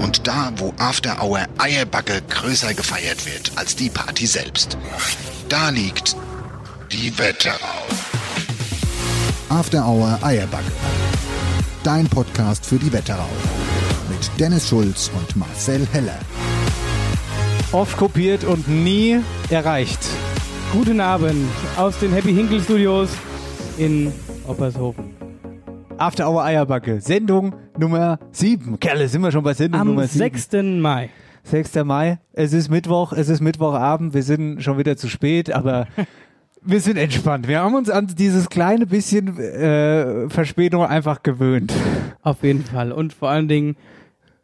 Und da, wo After Hour Eierbacke größer gefeiert wird als die Party selbst. Da liegt die Wetterau. After Hour Eierbacke. Dein Podcast für die Wetterau. Mit Dennis Schulz und Marcel Heller. Oft kopiert und nie erreicht. Guten Abend aus den Happy Hinkel Studios in Oppershofen. After Hour Eierbacke, Sendung Nummer 7. Kerle, sind wir schon bei Sendung Am Nummer 7. 6. Mai. 6. Mai, es ist Mittwoch, es ist Mittwochabend, wir sind schon wieder zu spät, aber wir sind entspannt. Wir haben uns an dieses kleine bisschen äh, Verspätung einfach gewöhnt. Auf jeden Fall. Und vor allen Dingen,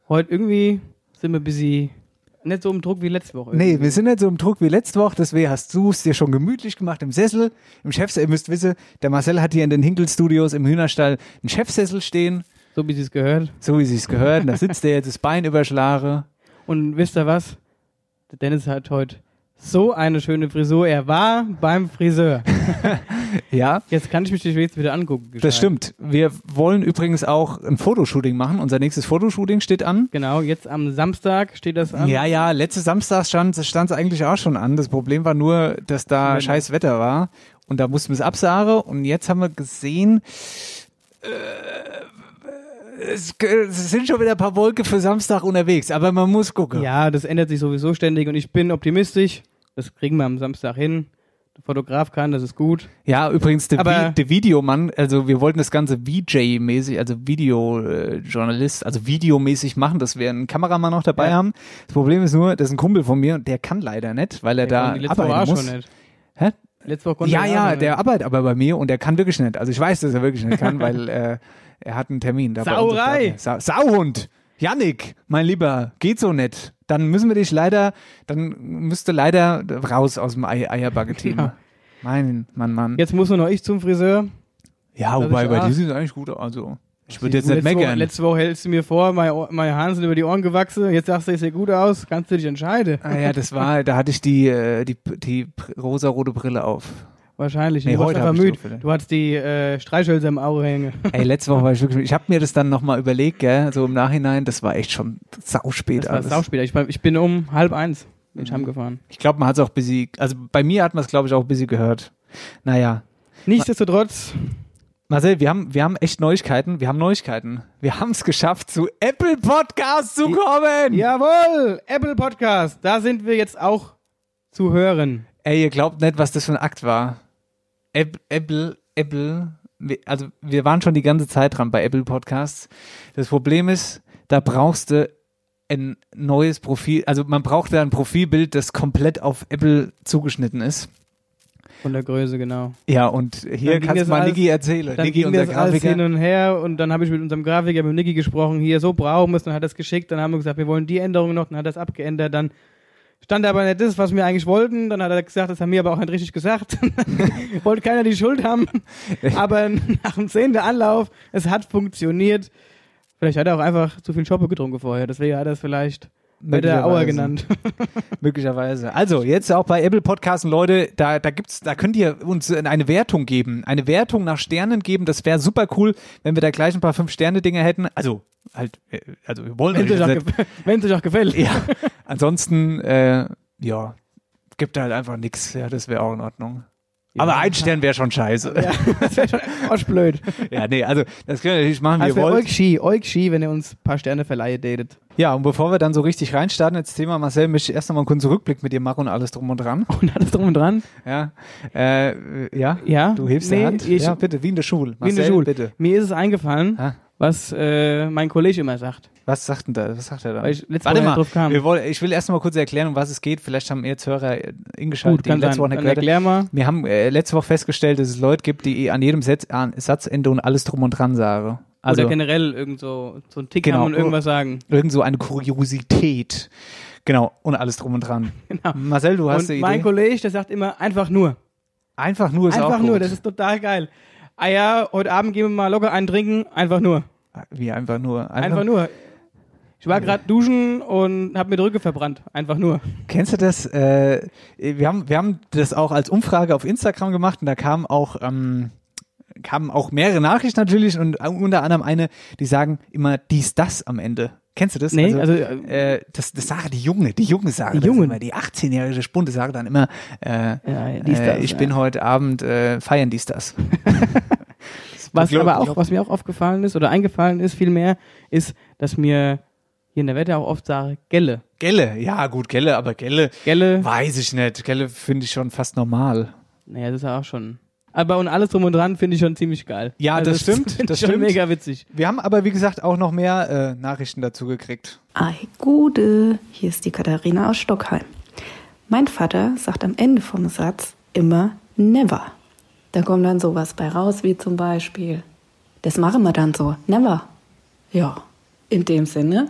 heute irgendwie sind wir busy. Nicht so im Druck wie letzte Woche. Nee, wir sind nicht so im Druck wie letzte Woche, deswegen hast du es dir schon gemütlich gemacht im Sessel, im Chefsessel. Ihr müsst wissen, der Marcel hat hier in den Hinkel-Studios im Hühnerstall einen Chefsessel stehen, So wie sie es gehört. so wie sie es gehört. Da sitzt der jetzt das Bein überschlage. Und wisst ihr was? Der Dennis hat heute so eine schöne Frisur. Er war beim Friseur. Ja, Jetzt kann ich mich die jetzt wieder angucken. Das gescheit. stimmt. Wir wollen übrigens auch ein Fotoshooting machen. Unser nächstes Fotoshooting steht an. Genau, jetzt am Samstag steht das an. Ja, ja, letztes Samstag stand es eigentlich auch schon an. Das Problem war nur, dass da Wetter. scheiß Wetter war und da mussten wir es absagen und jetzt haben wir gesehen, äh, es, es sind schon wieder ein paar Wolke für Samstag unterwegs, aber man muss gucken. Ja, das ändert sich sowieso ständig und ich bin optimistisch. Das kriegen wir am Samstag hin. Der Fotograf kann, das ist gut. Ja, übrigens, der, Aber- Vi der Videomann, also wir wollten das Ganze VJ-mäßig, also Videojournalist, also videomäßig machen, dass wir einen Kameramann noch dabei Ja. haben. Das Problem ist nur, das ist ein Kumpel von mir, und der kann leider nicht, weil er Der da konnte letzte Woche auch arbeiten muss. schon nicht. Hä? Letzte Woche konnte Ja, er auch ja, schon der nicht. arbeitet aber bei mir und der kann wirklich nicht. Also ich weiß, dass er wirklich nicht kann, weil äh, er hat einen Termin. Da bei uns im Sauerei! Garten. Sa Sauhund! Yannick, mein Lieber, geht so nicht. Dann müssen wir dich leider, dann müsste leider raus aus dem Ei Eierbagge-Thema. Ja. Mein Mann, Mann. Jetzt muss nur noch ich zum Friseur. Ja, Glaub wobei ich bei auch. dir sieht es eigentlich gut aus. Also, ich würde jetzt nicht letzte Woche, meckern. letzte Woche hältst du mir vor, meine, Ohr- meine Haaren sind über die Ohren gewachsen. Jetzt sagst du, ich sehe gut aus. Kannst du dich entscheiden? Ah ja, das war, da hatte ich die, äh, die, die pr- rosarote Brille auf. Wahrscheinlich. Nee, du warst heute einfach hab ich müde. Druckfälle. Du hattest die äh, Streichhölzer im Auge hängen. Ey, letzte Woche war ich wirklich, ich habe mir das dann nochmal überlegt, gell, so im Nachhinein, das war echt schon sauspät Das war alles. Mhm. Sauspieler. Ich, war- ich bin um halb eins bin ich heimgefahren. ich glaube, man hat es auch busy, also bei mir hat man es, glaube ich, auch busy gehört. Naja. Nichtsdestotrotz, Mhm. Marcel, wir haben, wir haben echt Neuigkeiten, wir haben Neuigkeiten. Wir haben es geschafft, zu Apple Podcast zu kommen! jawohl, Apple Podcast, da sind wir jetzt auch zu hören. Ey, ihr glaubt nicht, was das für ein Akt war. App- Apple, Apple, wir- also wir waren schon die ganze Zeit dran bei Apple Podcasts. Das Problem ist, da brauchst du ein neues Profil, also man braucht da ein Profilbild, das komplett auf Apple zugeschnitten ist. Von der Größe, genau. Ja, und hier Dann ging kannst das du mal alles- Niki erzählen. Dann Niki, ging unser das alles hin Grafiker. und her und dann habe ich mit unserem Grafiker, mit dem Niki gesprochen, hier, so brauchen wir es, dann hat er es geschickt, dann haben wir gesagt, wir wollen die Änderung noch, dann hat er es abgeändert, dann stand aber nicht das, was wir eigentlich wollten, dann hat er gesagt, das haben wir aber auch nicht richtig gesagt, wollte keiner die Schuld haben, aber nach dem zehnten Anlauf, es hat funktioniert, vielleicht hat er auch einfach zu viel Schoppe getrunken vorher, deswegen hat er es vielleicht Wetter Auer Möglicherweise. genannt. Möglicherweise. Also, jetzt auch bei Apple Podcasten, Leute, da, da gibt's, da könnt ihr uns eine Wertung geben. Eine Wertung nach Sternen geben. Das wäre super cool, wenn wir da gleich ein paar Fünf-Sterne-Dinger hätten. Also, halt, äh, also wir wollen Wenn es euch euch, auch jetzt gef- wenn's euch auch gefällt. nicht- Ja. Ansonsten, äh, ja, gibt halt einfach nichts. Ja, das wäre auch in Ordnung. Aber ein Stern wäre schon scheiße. Ja. Ja, das wäre schon arsch blöd. nee, also das können wir natürlich machen, wie Also ihr wollt. euch Ski, euch Ski, wenn ihr uns ein paar Sterne verleihe datet. Ja, und bevor wir dann so richtig reinstarten ins Thema, Marcel, möchte ich erst nochmal einen kurzen Rückblick mit dir machen und alles drum und dran. Und alles drum und dran. Ja, äh, ja. Ja. Du hilfst Ah, Nee, der Hand? Ich, ja, bitte, wie in der Schule. wie in der Marcel, Schule. bitte. Mir ist es eingefallen, Ha? was äh, mein Kollege immer sagt. Was sagt denn da? Was sagt er da? Weil ich letzte Warte Woche mal, drauf kam. Wir wollen, ich will erst noch mal kurz erklären, um was es geht. Vielleicht haben jetzt Hörer äh, eingeschaltet, die kann letzte sein. Woche Dann nicht gehört haben. erklär mal. Wir haben äh, letzte Woche festgestellt, dass es Leute gibt, die an jedem Setz, an Satzende und alles drum und dran sagen. Also Oder generell irgend so, so ein Tick Genau. haben und irgendwas sagen. irgend so eine Kuriosität. Genau, und alles drum und dran. Genau. Marcel, du hast Und die mein Idee. Kollege, der sagt immer einfach nur. Einfach nur ist auch Einfach gut. nur, das ist total geil. Ah ja, heute Abend gehen wir mal locker einen trinken, einfach nur. Wie einfach nur. Einfach nur. Ich war gerade duschen und habe mir die Rücke verbrannt. Einfach nur. Kennst du das? Äh, wir, haben, wir haben das auch als Umfrage auf Instagram gemacht und da kamen auch, ähm, kamen auch mehrere Nachrichten natürlich und äh, unter anderem eine, die sagen immer dies, das am Ende. Kennst du das? Nee, also, äh, das, das sagen die Junge, die Junge sagen Die das Jungen. immer. Die 18-jährige Spunde sagen dann immer, äh, Ja, dies, äh, das, ich ja. bin heute Abend, äh, feiern dies, das. Was Glaub- aber auch, glaub- was mir auch aufgefallen ist oder eingefallen ist vielmehr, ist, dass mir hier in der Wette auch oft sage, Gelle. Gelle, ja gut, Gelle, aber Gelle Gelle, weiß ich nicht. Gelle finde ich schon fast normal. naja, das ist auch schon. Aber und alles drum und dran finde ich schon ziemlich geil. Also Ja, das stimmt, find ich das schon stimmt. mega witzig. Wir haben aber, wie gesagt, auch noch mehr äh, Nachrichten dazu gekriegt. Ei, Gude, hier ist die Katharina aus Stockheim. Mein Vater sagt am Ende vom Satz immer never. Da kommt dann sowas bei raus, wie zum Beispiel, das machen wir dann so, never. Ja, in dem Sinne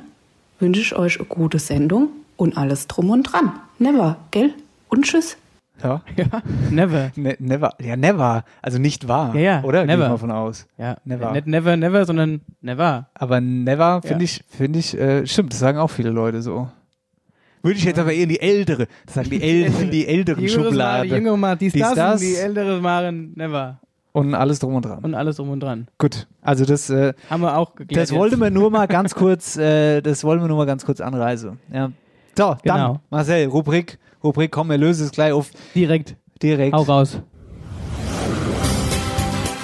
wünsche ich euch eine gute Sendung und alles drum und dran. Never, gell? Und tschüss. Ja. Ja, never. Ne never. Ja, never. Also nicht wahr. Ja, ja, Oder? Gehe never. ich mal von aus. Ja, Never. Nicht never, never, sondern never. Aber never finde Ja. ich, finde ich, äh, stimmt, das sagen auch viele Leute so. Würde ich jetzt aber eher in die ältere, das sagen die älteren, die älteren Jüngeres Mal, die Schublade Jüngere mal dies, Dies, das, das. Und die Ältere machen never. und alles drum und dran. Und alles drum und dran. Gut, also das, äh, Haben wir auch geklärt. das wollte jetzt. man nur mal ganz kurz, äh, das wollen wir nur mal ganz kurz anreisen. Ja. So, dann Genau. Marcel, Rubrik, Rubrik, komm, wir lösen es gleich auf Direkt. direkt. Hau raus.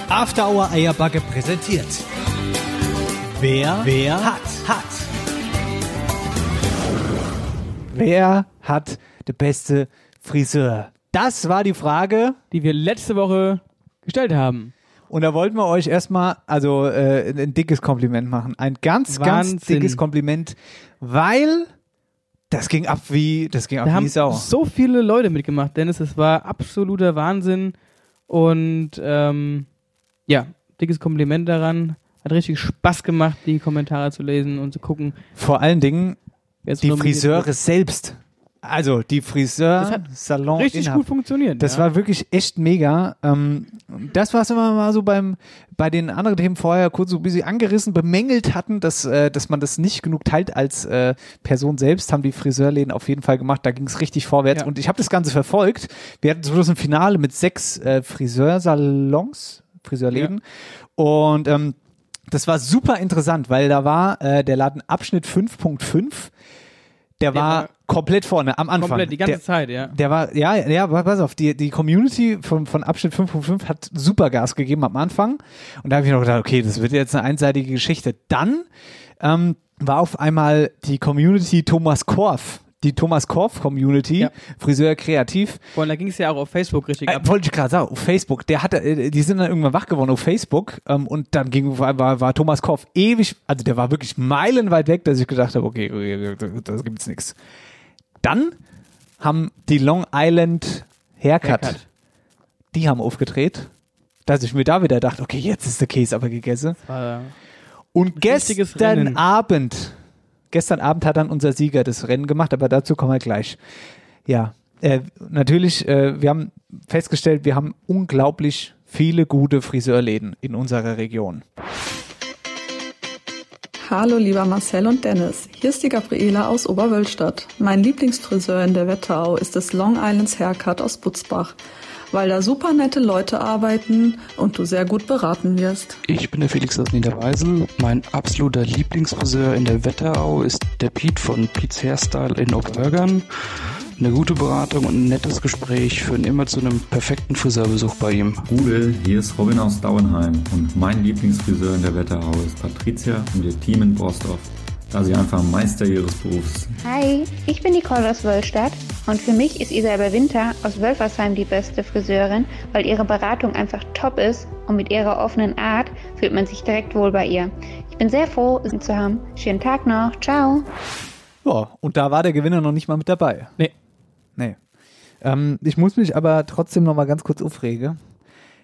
After Hour Eierbacke präsentiert. Wer, wer hat, hat. Wer hat den beste Friseur? Das war die Frage. Die wir letzte Woche gestellt haben. Und da wollten wir euch erstmal, also äh, ein dickes Kompliment machen. Ein ganz, ganz Wahnsinn. dickes Kompliment, weil das ging ab wie, das ging ab Da wie haben Sau. so viele Leute mitgemacht, Dennis. Es war absoluter Wahnsinn. Und ähm, ja, dickes Kompliment daran. Hat richtig Spaß gemacht, die Kommentare zu lesen und zu gucken. Vor allen Dingen wer so die nominiert Friseure wird. selbst. Also die Das Friseur, hat Salon, Richtig Inhaber. gut funktioniert. Das ja. war wirklich echt mega. Ähm, das, was wir mal so beim, bei den anderen Themen vorher kurz so ein bisschen angerissen, bemängelt hatten, dass, äh, dass man das nicht genug teilt als äh, Person selbst, haben die Friseurläden auf jeden Fall gemacht. Da ging es richtig vorwärts. Ja. Und ich habe das Ganze verfolgt. Wir hatten zum Schluss ein Finale mit sechs äh, Friseursalons, Friseurläden. Und ähm, das war super interessant, weil da war äh, der Laden Abschnitt 5.5. Der, Der war war komplett vorne am Anfang. komplett die ganze der, Zeit, ja. der war, ja, ja, pa- pass auf, die, die Community von, von Abschnitt 5.5 hat super Gas gegeben am Anfang. Und da habe ich noch gedacht, okay, das wird jetzt eine einseitige Geschichte. Dann ähm, war auf einmal die Community Thomas Korf, die Thomas Korf Community, Ja. Friseur kreativ. Und da ging es ja auch auf Facebook richtig Äh, ab. wollte ich gerade sagen, auf Facebook, der hatte, äh, die sind dann irgendwann wach geworden auf Facebook ähm, und dann ging, war, war, war Thomas Korf ewig, also der war wirklich meilenweit weg, dass ich gedacht habe, okay, okay, okay, das gibt's nichts. Dann haben die Long Island Haircut, Haircut. die haben aufgedreht, dass ich mir da wieder dachte, okay, jetzt ist der Käse aber gegessen. War, Und richtiges gestern Rennen. Abend, gestern Abend hat dann unser Sieger das Rennen gemacht, aber dazu kommen wir gleich. Ja, äh, natürlich, äh, wir haben festgestellt, wir haben unglaublich viele gute Friseurläden in unserer Region. Hallo lieber Marcel und Dennis, hier ist die Gabriela aus Oberwölstadt. Mein Lieblingsfriseur in der Wetterau ist das Long Islands Haircut aus Butzbach, weil da super nette Leute arbeiten und du sehr gut beraten wirst. Ich bin der Felix aus Niederweisel. Mein absoluter Lieblingsfriseur in der Wetterau ist der Piet von Piet's Hairstyle in Oberhörgern. Eine gute Beratung und ein nettes Gespräch führen immer zu einem perfekten Friseurbesuch bei ihm. Gude, hier ist Robin aus Dauenheim und mein Lieblingsfriseur in der Wetterau ist Patricia und ihr Team in Borsdorf, da sie einfach Meister ihres Berufs sind. Hi, ich bin Nicole aus Wölstadt und für mich ist Isabel Winter aus Wölfersheim die beste Friseurin, weil ihre Beratung einfach top ist und mit ihrer offenen Art fühlt man sich direkt wohl bei ihr. Ich bin sehr froh, sie zu haben. Schönen Tag noch. Ciao. Ja, und da war der Gewinner noch nicht mal mit dabei. Nee. Nee. Ähm, ich muss mich aber trotzdem noch mal ganz kurz aufregen.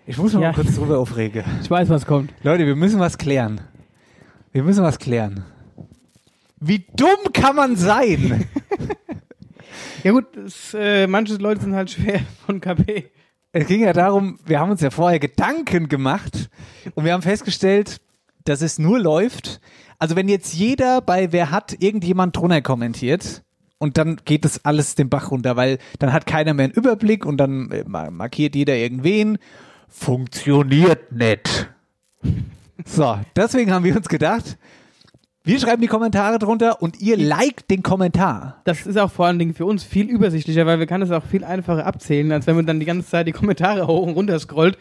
Ich muss mich Ja. mal kurz drüber aufregen. ich weiß, was kommt. Leute, wir müssen was klären. Wir müssen was klären. Wie dumm kann man sein? Ja gut, es, äh, manche Leute sind halt schwer von KP. Es ging ja darum, wir haben uns ja vorher Gedanken gemacht und wir haben festgestellt, dass es nur läuft. Also wenn jetzt jeder bei Wer hat irgendjemand drunter kommentiert und dann geht das alles den Bach runter, weil dann hat keiner mehr einen Überblick und dann äh, ma- markiert jeder irgendwen. Funktioniert nicht. So, deswegen haben wir uns gedacht, wir schreiben die Kommentare drunter und ihr liked den Kommentar. Das ist auch vor allen Dingen für uns viel übersichtlicher, weil wir können das auch viel einfacher abzählen, als wenn man dann die ganze Zeit die Kommentare hoch und runter scrollt.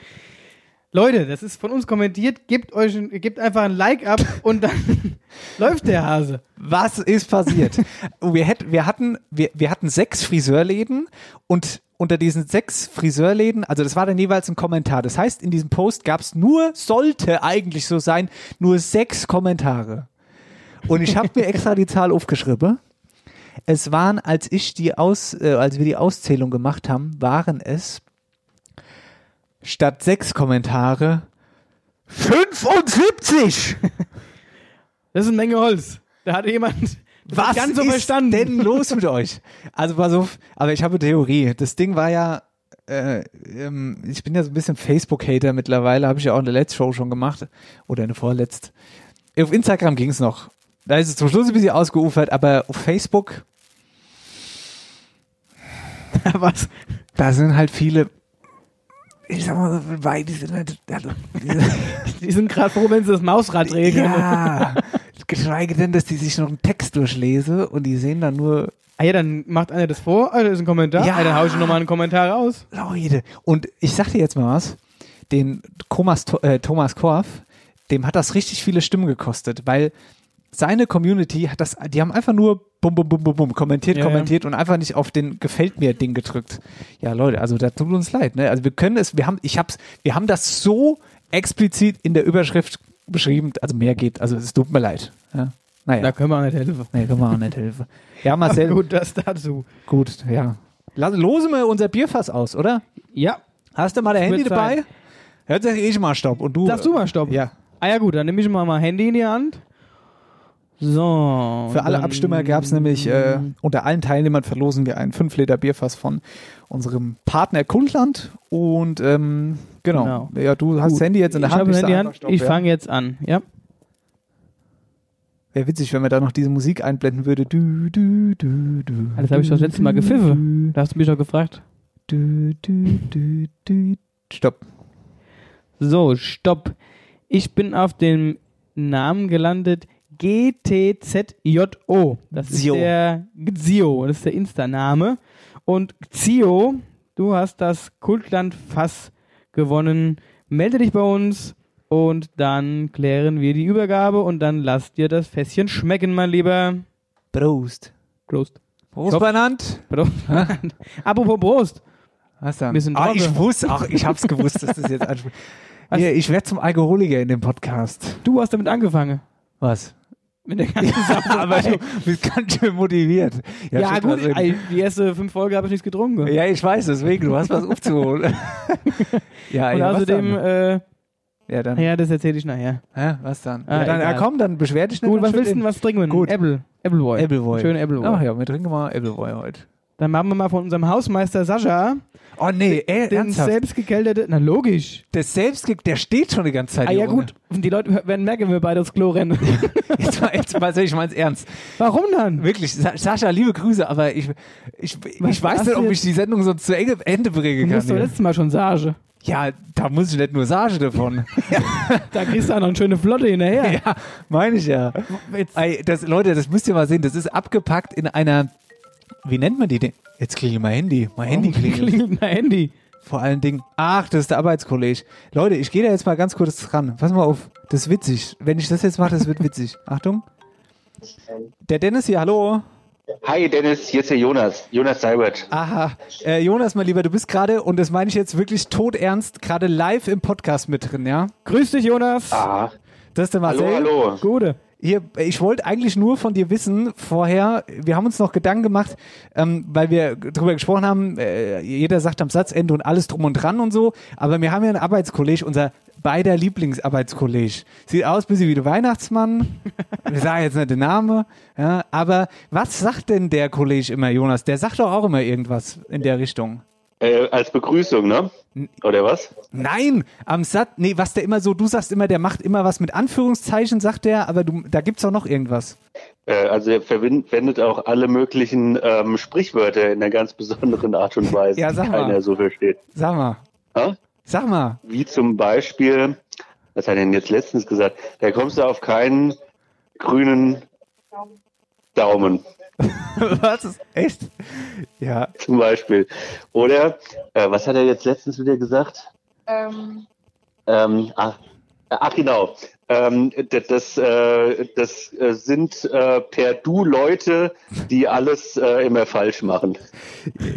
Leute, das ist von uns kommentiert, gebt euch ein, gebt einfach ein Like ab und dann läuft der Hase. Was ist passiert? wir, hätt, wir, hatten, wir, wir hatten sechs Friseurläden und unter diesen sechs Friseurläden, also das war dann jeweils ein Kommentar. Das heißt, in diesem Post gab es nur, sollte eigentlich so sein, nur sechs Kommentare. Und ich habe mir extra die Zahl aufgeschrieben. Es waren, als ich die Aus, äh, als wir die Auszählung gemacht haben, waren es statt sechs Kommentare 75! Das ist eine Menge Holz. Da hat jemand das Was nicht ganz so ist verstanden. denn los mit euch? Also pass auf, aber ich habe eine Theorie. Das Ding war ja, äh, ähm, ich bin ja so ein bisschen Facebook-Hater mittlerweile, habe ich ja auch eine letzte Show schon gemacht oder eine vorletzt. Auf Instagram ging es noch. Da ist es zum Schluss ein bisschen ausgeufert, aber auf Facebook, Was? da sind halt viele, ich sag mal so, weil die sind halt, also, Die sind gerade froh, wenn sie das Mausrad regeln. ja, geschweige denn, dass die sich noch einen Text durchlese und die sehen dann nur Ah ja, dann macht einer das vor, ah, da ist ein Kommentar, Ja. ah, dann hau ich nochmal einen Kommentar raus. Leute. Und ich sag dir jetzt mal was, den Thomas, äh, Thomas Korf, dem hat das richtig viele Stimmen gekostet, weil seine Community hat das, die haben einfach nur bum, bum, bum, bum, bum, kommentiert, Ja, ja. kommentiert und einfach nicht auf den Gefällt mir Ding gedrückt. Ja, Leute, also da tut uns leid, ne? Also wir können es, wir haben, ich hab's, wir haben das so explizit in der Überschrift beschrieben, also mehr geht, also es tut mir leid. Ja? Da Naja, können wir auch nicht helfen. nee, können wir auch nicht helfen. Ja, Marcel, gut. Gut, das dazu. gut, ja. Lass- Losen wir unser Bierfass aus, oder? Ja, Hast du mal dein Handy Wird dabei? Zeit. Hört sich ich eh mal Stopp und du. sagst du mal Stopp. Ja. Ah ja gut, dann nehme ich mal mein Handy in die Hand. So. Für alle dann- Abstimmer gab es nämlich, äh, Mhm. unter allen Teilnehmern verlosen wir ein 5 Liter Bierfass von unserem Partner Kundland. Und ähm, genau. Genau. Ja, du hast das Gut. Handy jetzt in der ich Hand. habe ich es in sag die einfach Hand. Stopp, Ich ja. fange jetzt an. Ja. Wäre witzig, wenn man da noch diese Musik einblenden würde. Du, du, du, du, Ah, Das habe ich das letzte Mal gepfiffen. Da hast du mich doch gefragt. du, du, du, du. Stopp. So, stopp. Ich bin auf dem Namen gelandet GTZJO. Das ist Zio. der Gzio, das ist der Insta-Name. Und Gzio, du hast das Kultland-Fass gewonnen. Melde dich bei uns und dann klären wir die Übergabe und dann lass dir das Fässchen schmecken, mein lieber. Prost. Prost. Prost, Stopp. Bernand. Prost. Apropos Prost. Was dann? Wir sind ah, Torge. ich wusste, ach, ich hab's gewusst, dass das jetzt anspricht. Was? Hier, ich werde zum Alkoholiker in dem Podcast. Du hast damit angefangen. Was? Mit der ganzen Sache. Aber du bist ganz schön motiviert. ja, steht gut, was drin. ey, die erste fünf Folge habe ich nichts getrunken. ja, ich weiß, deswegen, du hast was aufzuholen. Ah, ja, Und ja, außerdem, was äh, dann? Ja, dann. ja, das erzähle ich nachher. Hä, was dann? Ah, ja, dann ja, egal. komm, dann beschwer dich nicht. Gut, dann was schön willst du denn, den was trinken wir denn? Gut. Apple. Appleboy. Appleboy. Schön Appleboy. Ach ja, wir trinken mal Appleboy heute. Dann machen wir mal von unserem Hausmeister Sascha Oh nee, ey, den ernsthaft. selbstgekelterten. Na, logisch. der Selbstkick, der steht schon die ganze Zeit. Ah, hier ja, unten. gut. Die Leute werden merken, wenn wir beide ins Klo rennen. Jetzt mal, jetzt mal, ich mein's ernst. Warum dann? Wirklich, Sa Sascha, liebe Grüße, aber ich, ich, ich Was weiß hast nicht, du ob jetzt- ich die Sendung sonst zu Ende Ende Du bringen kann. musst doch hier. letztes Mal schon Sage. Ja, da muss ich nicht nur Sage davon. Da kriegst du auch noch eine schöne Flotte hinterher. ja, meine ich ja. Jetzt, Ey, das, Leute, das müsst ihr mal sehen. Das ist abgepackt in einer. Wie nennt man die denn? Jetzt klingelt mein Handy. Mein Handy klingelt. klingelt mein Handy. Vor allen Dingen. Ach, das ist der Arbeitskolleg. Leute, ich gehe da jetzt mal ganz kurz dran. Pass mal auf. Das ist witzig. Wenn ich das jetzt mache, das wird witzig. Achtung. Der Dennis hier, hallo. Hi Dennis, hier ist der Jonas, Jonas Seibert. Aha. Äh, Jonas, mein Lieber, du bist gerade, und das meine ich jetzt wirklich todernst, gerade live im Podcast mit drin, ja? Grüß dich, Jonas. Ah, Das ist der Marcel. hallo, hallo. Gute. Hier, ich wollte eigentlich nur von dir wissen, vorher, wir haben uns noch Gedanken gemacht, ähm, weil wir drüber gesprochen haben, äh, jeder sagt am Satzende und alles drum und dran und so, aber wir haben ja einen Arbeitskolleg, unser beider Lieblingsarbeitskolleg. Sieht aus ein bisschen wie der Weihnachtsmann. Ich sage jetzt nicht den Namen. Ja, aber was sagt denn der Kollege immer, Jonas? Der sagt doch auch immer irgendwas in der Richtung. Äh, als Begrüßung, ne? Oder was? Nein, am Sat, nee, was der immer so, du sagst immer, der macht immer was mit Anführungszeichen, sagt der, aber du, da gibt's auch noch irgendwas. Äh, also er verwendet auch alle möglichen ähm, Sprichwörter in einer ganz besonderen Art und Weise, Ja, sag die mal. keiner so versteht. Sag mal, Ha? sag mal. Wie zum Beispiel, was hat er denn jetzt letztens gesagt? Da kommst du auf keinen grünen Daumen. was ist echt? Ja, zum Beispiel. Oder, äh, was hat er jetzt letztens wieder gesagt? Ähm, ach, ach genau, ähm, d- das, äh, das äh, sind äh, per Du Leute, die alles äh, immer falsch machen.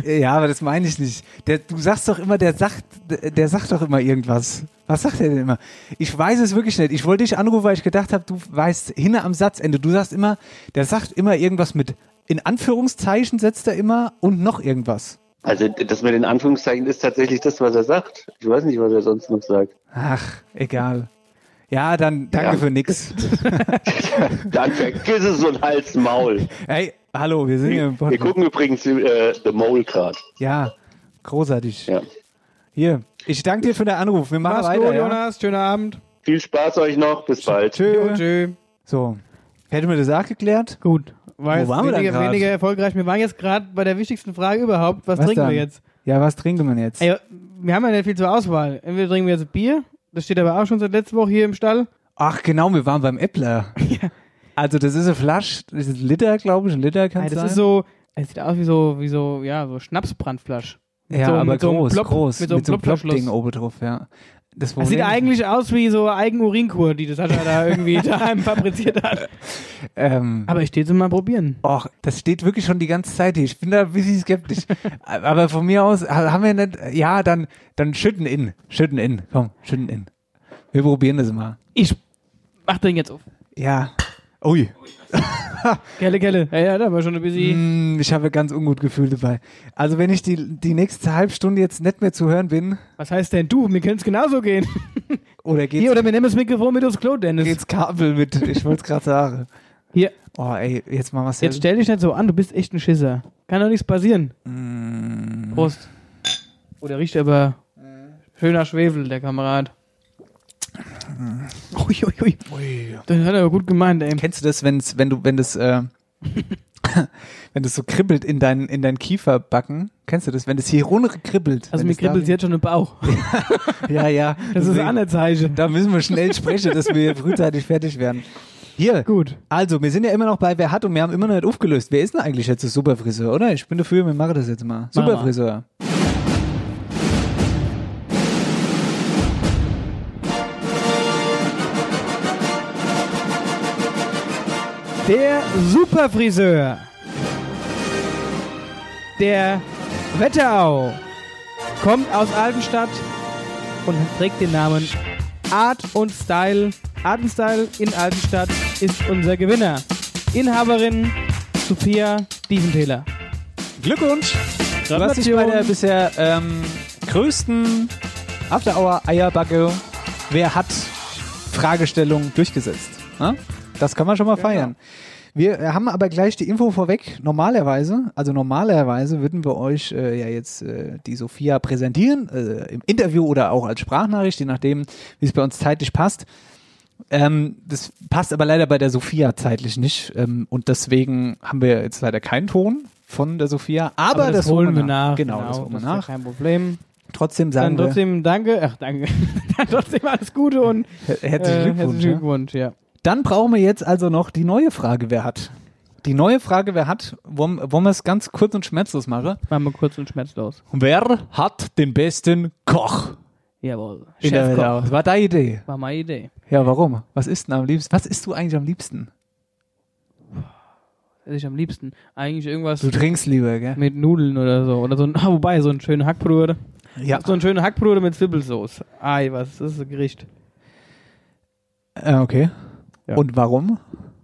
ja, aber das meine ich nicht. Der, du sagst doch immer, der sagt, der, der sagt doch immer irgendwas. Was sagt er denn immer? Ich weiß es wirklich nicht. Ich wollte dich anrufen, weil ich gedacht habe, du weißt hinne am Satzende. Du sagst immer, der sagt immer irgendwas mit in Anführungszeichen setzt er immer und noch irgendwas. Also d- das mit den Anführungszeichen ist tatsächlich das, was er sagt. Ich weiß nicht, was er sonst noch sagt. Ach, egal. Ja, dann danke Ja. für nix. Dann vergiss es und halt's Maul. Hey, hallo, wir sind hier im Wir Podcast. gucken übrigens äh, The Mole gerade. Ja, großartig. Ja. Hier, ich danke dir für den Anruf. Wir machen Mach's weiter. gut, ja? Jonas. Schönen Abend. Viel Spaß euch noch, bis bald. Tschö. Tschö. So, hätten wir das auch geklärt? Gut. War Wo jetzt waren wir denn weniger, grad? weniger erfolgreich. Wir waren jetzt gerade bei der wichtigsten Frage überhaupt. Was, trinken dann? wir jetzt? Ja, was trinken wir jetzt? Ey, wir haben ja nicht viel zur Auswahl. Entweder trinken wir jetzt Bier, das steht aber auch schon seit letzter Woche hier im Stall. Ach, genau, wir waren beim Äppler. Also, das ist eine Flasche, das ist ein Liter, glaube ich, ein Liter kann Ey, es das sein. ist so, es sieht aus wie so, wie so, ja, so Schnapsbrandflasch. Mit ja, so, aber mit so einem groß, Plop- groß. Mit so einem Plopverschluss. Plop-Ding oben drauf, ja. Das Das sieht Problem- eigentlich aus wie so Eigenurinkur, die das hat er da irgendwie daheim fabriziert hat. ähm, Aber ich stehe jetzt mal probieren. Och, das steht wirklich schon die ganze Zeit hier. Ich bin da ein bisschen skeptisch. Aber von mir aus ha- haben wir nicht. Ja, dann, dann schütten in. Schütten in. Komm, schütten in. Wir probieren das mal. Ich mach den jetzt auf. Ja. Ui. Kelle, Kelle. Mhm. Ja, ja, da war schon ein bisschen. Mm, Ich habe ganz ungut Gefühl dabei. Also, wenn ich die, die nächste halbe Stunde jetzt nicht mehr zu hören bin, Was heißt denn du? Mir könnte es genauso gehen. oder geht's, Hier, oder wir nehmen das Mikrofon mit aufs Klo, Dennis. geht's Kabel mit? Ich wollte es gerade sagen. Hier. Oh, ey, jetzt mal was Jetzt stell dich nicht so an, du bist echt ein Schisser. Kann doch nichts passieren. Prost. Oh, der riecht aber schön nach Schwefel, der Kamerad. Ui, ui, ui. Das hat er aber gut gemeint, ey. Kennst du das, wenn's, wenn du, wenn das, äh, wenn das so kribbelt in dein, in dein Kieferbacken? Kennst du das, wenn das hier runter kribbelt? Also Wenn mir es da- kribbelt jetzt schon im Bauch. Ja, ja. Das ist Deswegen, ein anderes Zeichen. Da müssen wir schnell sprechen, dass wir frühzeitig fertig werden. Hier. Gut. Also, wir sind ja immer noch bei Wer hat und wir haben immer noch nicht aufgelöst. Wer ist denn eigentlich jetzt das Superfriseur, oder? Ich bin dafür, wir machen das jetzt mal. Mach mal. Superfriseur. Der Superfriseur. Der Wetterau. Kommt aus Altenstadt und trägt den Namen Art und Style. Art und Style in Altenstadt ist unser Gewinner. Inhaberin Sophia Diefenthaler. Glückwunsch! Du hast dich bei der bisher ähm, größten After Hour Eierbacke Wer hat Fragestellung durchgesetzt. Ne? Das kann man schon mal feiern. Wir äh, haben aber gleich die Info vorweg. Normalerweise, also normalerweise würden wir euch äh, ja jetzt äh, die Sophia präsentieren, äh, im Interview oder auch als Sprachnachricht, je nachdem, wie es bei uns zeitlich passt. Ähm, das passt aber leider bei der Sophia zeitlich nicht. Ähm, und deswegen haben wir jetzt leider keinen Ton von der Sophia. Aber, das, holen wir nach. Genau, das holen wir ist ja nach. kein Problem. Trotzdem Dann sagen wir trotzdem danke. Ach, danke. Dann trotzdem alles Gute und her- herzlichen äh, Glückwunsch. herzlichen ja. Glückwunsch ja. Dann brauchen wir jetzt also noch die neue Frage, wer hat. Die neue Frage, wer hat, wollen, wollen wir es ganz kurz und schmerzlos machen. Machen wir kurz und schmerzlos. Wer hat den besten Koch? Jawohl. in der Welt Chefkoch. aus? War deine Idee. War meine Idee. Ja, warum? Was isst denn am liebsten? Was isst du eigentlich am liebsten? esse ich am liebsten. Eigentlich irgendwas Du trinkst lieber, gell? mit Nudeln oder so. Oder so ein, ah, wobei, so ein schöner Hackbrote. Ja. So ein schöner Hackbrote mit Zwiebelsauce. Ei, was, das ist ein Gericht. Äh, okay. Ja. Und warum?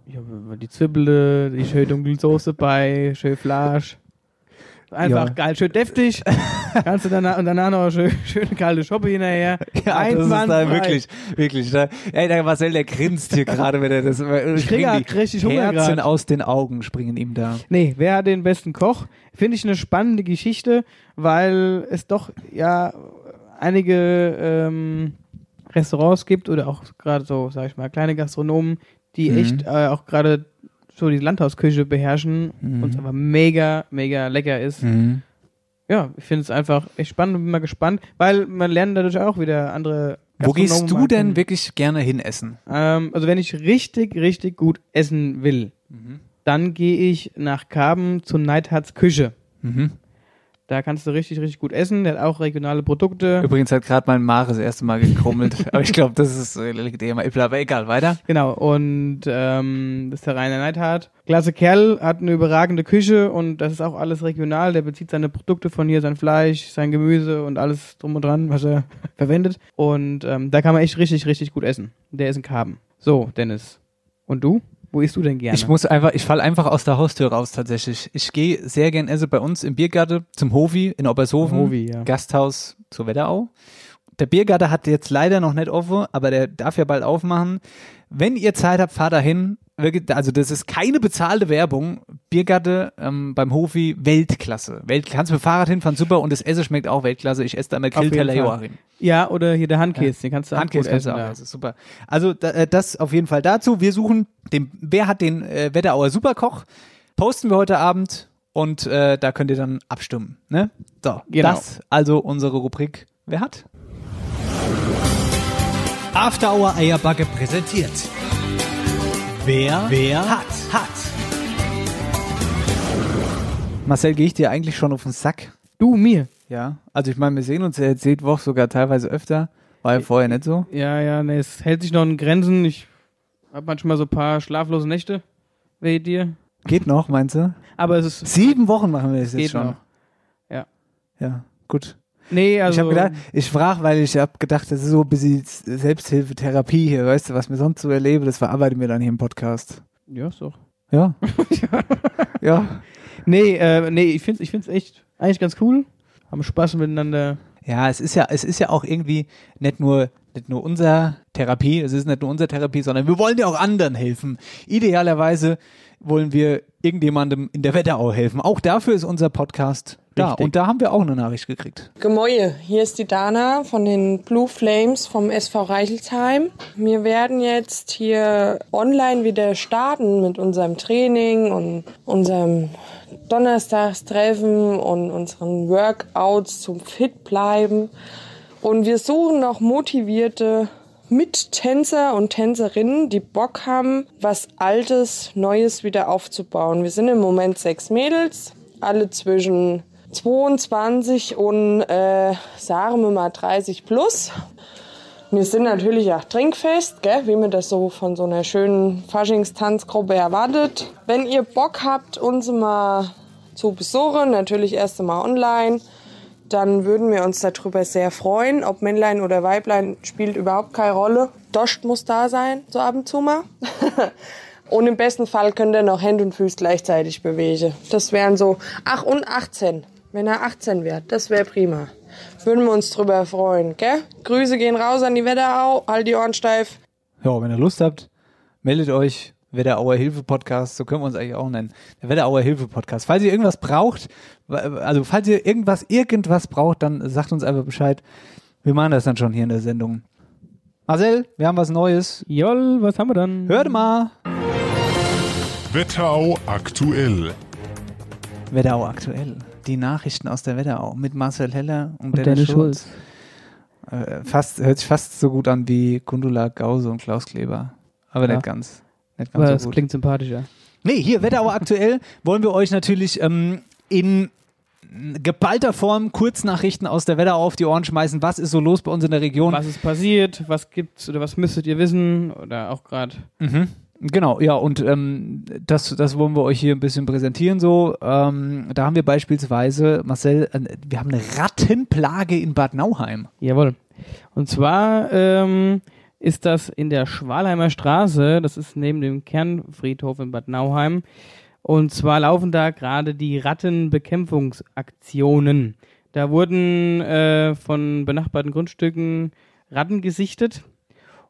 Ich habe die Zwiebele, die schöne Dunkelsoße bei, schön Fleisch. Einfach Ja. geil, schön deftig. Kannst du danach, und danach noch eine schön, schöne kalte Schoppe hinterher. Ja, das ist da Einwandfrei. wirklich, wirklich. Da, ey, der Marcel, der grinst hier gerade, wenn er das. Ich krieg ja richtig Hunger Herzen grad. aus den Augen springen ihm da. Nee, wer hat den besten Koch? Finde ich eine spannende Geschichte, weil es doch ja einige ähm, Restaurants gibt oder auch gerade so, sag ich mal, kleine Gastronomen, die Mhm. echt äh, auch gerade so die Landhausküche beherrschen Mhm. und es aber mega, mega lecker ist. Mhm. Ja, ich finde es einfach echt spannend und bin mal gespannt, weil man lernt dadurch auch wieder andere Wo gehst du mal denn kennen. wirklich gerne hin essen? Ähm, also wenn ich richtig, richtig gut essen will, Mhm. dann gehe ich nach Karben zu Neidhards Küche. Mhm. Da kannst du richtig, richtig gut essen. Der hat auch regionale Produkte. Übrigens hat gerade mein Mare das erste Mal gekrummelt. aber ich glaube, das ist äh, liegt eher mal übel. Aber egal, weiter. Genau, und ähm, das ist der Rainer Neidhardt. Klasse Kerl, hat eine überragende Küche und das ist auch alles regional. Der bezieht seine Produkte von hier, sein Fleisch, sein Gemüse und alles drum und dran, was er verwendet. Und ähm, da kann man echt richtig, richtig gut essen. Der ist in Karben. So, Dennis. Und du? Wo isst du denn gerne? Ich muss einfach, ich falle einfach aus der Haustür raus tatsächlich. Ich gehe sehr gern essen bei uns im Biergarten zum Hovi in Obershofen, Hovi, ja. Gasthaus zur Wetterau. Der Biergarten hat jetzt leider noch nicht offen, aber der darf ja bald aufmachen. Wenn ihr Zeit habt, fahrt dahin. Wirklich, Also das ist keine bezahlte Werbung. Biergarten ähm, beim Hofi, Weltklasse. Welt, kannst mit dem Fahrrad hinfahren, super. Und das Essen schmeckt auch Weltklasse. Ich esse da immer Auf jeden Grillteller Fall. Joachim. Ja, oder hier der Handkäse, den kannst du auch Handkäse gut kannst du essen. auch da. essen, super. Also da, äh, das auf jeden Fall dazu. Wir suchen, den, wer hat den äh, Wetterauer Superkoch, posten wir heute Abend und äh, da könnt ihr dann abstimmen. Ne? So, Genau. das also unsere Rubrik Wer hat? After Hour Eierbacke präsentiert. Wer, wer hat, hat. Marcel, gehe ich dir eigentlich schon auf den Sack? Du, mir? Ja, also ich meine, wir sehen uns ja jetzt jede Woche sogar teilweise öfter. War ja vorher nicht so. Ja, ja, nee, es hält sich noch in Grenzen. Ich habe manchmal so ein paar schlaflose Nächte weh dir. Geht noch, meinst du? Aber es ist. Sieben Wochen machen wir das Geht jetzt schon. noch. Ja. Ja, gut. Nee, also. ich habe gedacht, ich frage, weil ich habe gedacht, das ist so ein bisschen Selbsthilfe, Therapie hier, weißt du, was mir sonst so erlebe, das verarbeiten wir dann hier im Podcast. Ja, ist doch. Ja. ja. Nee, äh, nee, ich find's, ich find's echt eigentlich ganz cool. Haben Spaß miteinander. Ja, es ist ja, es ist ja auch irgendwie nicht nur, nicht nur unser Therapie, es ist nicht nur unser Therapie, sondern wir wollen ja auch anderen helfen. Idealerweise wollen wir irgendjemandem in der Wetterau helfen. Auch dafür ist unser Podcast da. Richtig. Und da haben wir auch eine Nachricht gekriegt. Gemäue, hier ist die Dana von den Blue Flames vom SV Reichelsheim. Wir werden jetzt hier online wieder starten mit unserem Training und unserem Donnerstagstreffen und unseren Workouts zum Fit bleiben. Und wir suchen noch motivierte Mittänzer und Tänzerinnen, die Bock haben, was Altes, Neues wieder aufzubauen. Wir sind im Moment sechs Mädels, alle zwischen 22 und, äh, sagen wir mal, 30 plus. Wir sind natürlich auch trinkfest, gell? wie man das so von so einer schönen Faschingstanzgruppe erwartet. Wenn ihr Bock habt, uns mal zu besuchen, natürlich erst einmal online, dann würden wir uns darüber sehr freuen. Ob Männlein oder Weiblein spielt überhaupt keine Rolle. Dost muss da sein, so ab und zu mal. und im besten Fall könnt ihr noch Hände und Füße gleichzeitig bewegen. Das wären so, ach und 18. Wenn er 18 wird, das wäre prima. Würden wir uns drüber freuen, gell? Grüße gehen raus an die Wetterau, halt die Ohren steif. Ja, wenn ihr Lust habt, meldet euch. Wetterauer Hilfe Podcast, so können wir uns eigentlich auch nennen. Der Wetterauer Hilfe Podcast. Falls ihr irgendwas braucht, also falls ihr irgendwas, irgendwas braucht, dann sagt uns einfach Bescheid. Wir machen das dann schon hier in der Sendung. Marcel, wir haben was Neues. Joll, was haben wir dann? Hört mal. Wetterau aktuell. Wetterau aktuell. Die Nachrichten aus der Wetterau mit Marcel Heller und, Und Dennis, Dennis Schulz. Äh, fast, hört sich fast so gut an wie Gundula Gause und Klaus Kleber. Aber Ja. nicht ganz. Nicht ganz Aber so es gut. klingt sympathischer. Nee, hier Wetterau aktuell wollen wir euch natürlich ähm, in geballter Form Kurznachrichten aus der Wetterau auf die Ohren schmeißen. Was ist so los bei uns in der Region? Was ist passiert? Was gibt's oder was müsstet ihr wissen? Oder auch gerade. Mhm. Genau, ja, und ähm, das, das wollen wir euch hier ein bisschen präsentieren. So, ähm, da haben wir beispielsweise, Marcel, äh, wir haben eine Rattenplage in Bad Nauheim. Jawohl. Und zwar ähm, ist das in der Schwalheimer Straße, das ist neben dem Kernfriedhof in Bad Nauheim. Und zwar laufen da gerade die Rattenbekämpfungsaktionen. Da wurden äh, von benachbarten Grundstücken Ratten gesichtet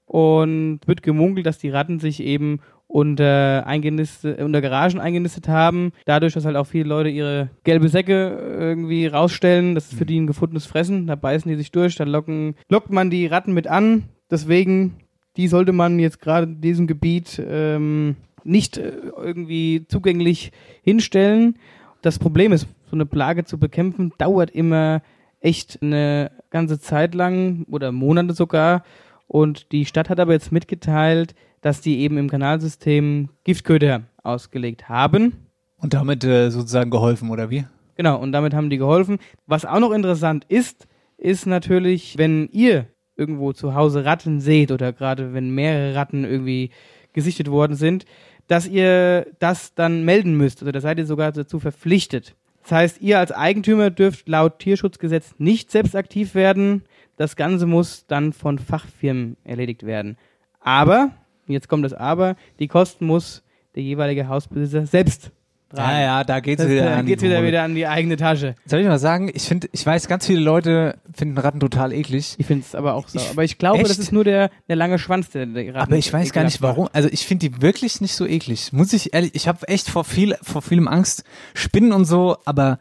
und wird gemunkelt, dass die Ratten sich eben unter, eingenistet, unter Garagen eingenistet haben. Dadurch, dass halt auch viele Leute ihre gelbe Säcke äh, irgendwie rausstellen, das ist für die ein gefundenes Fressen, da beißen die sich durch, da locken, lockt man die Ratten mit an. Deswegen, die sollte man jetzt gerade in diesem Gebiet ähm, nicht äh, irgendwie zugänglich hinstellen. Das Problem ist, so eine Plage zu bekämpfen, dauert immer echt eine ganze Zeit lang oder Monate sogar. Und die Stadt hat aber jetzt mitgeteilt, dass die eben im Kanalsystem Giftköder ausgelegt haben. Und damit äh, sozusagen geholfen, oder wie? Genau, und damit haben die geholfen. Was auch noch interessant ist, ist natürlich, wenn ihr irgendwo zu Hause Ratten seht oder gerade wenn mehrere Ratten irgendwie gesichtet worden sind, dass ihr das dann melden müsst. Also da seid ihr sogar dazu verpflichtet. Das heißt, ihr als Eigentümer dürft laut Tierschutzgesetz nicht selbst aktiv werden. Das Ganze muss dann von Fachfirmen erledigt werden. Aber, jetzt kommt das Aber, die Kosten muss der jeweilige Hausbesitzer selbst tragen. Ja, ja, da äh, geht's Das heißt, wieder da an die geht's wieder, Kohle. wieder an die eigene Tasche. Soll ich mal sagen, ich finde, ich weiß, ganz viele Leute finden Ratten total eklig. Ich finde es aber auch so. Aber ich glaube, das Echt? ist nur der, der lange Schwanz, der, der Ratten Aber ich weiß gar nicht ekelhaft macht. warum. Also ich finde die wirklich nicht so eklig. Muss ich ehrlich, ich habe echt vor viel, vor vielem Angst. Spinnen und so, aber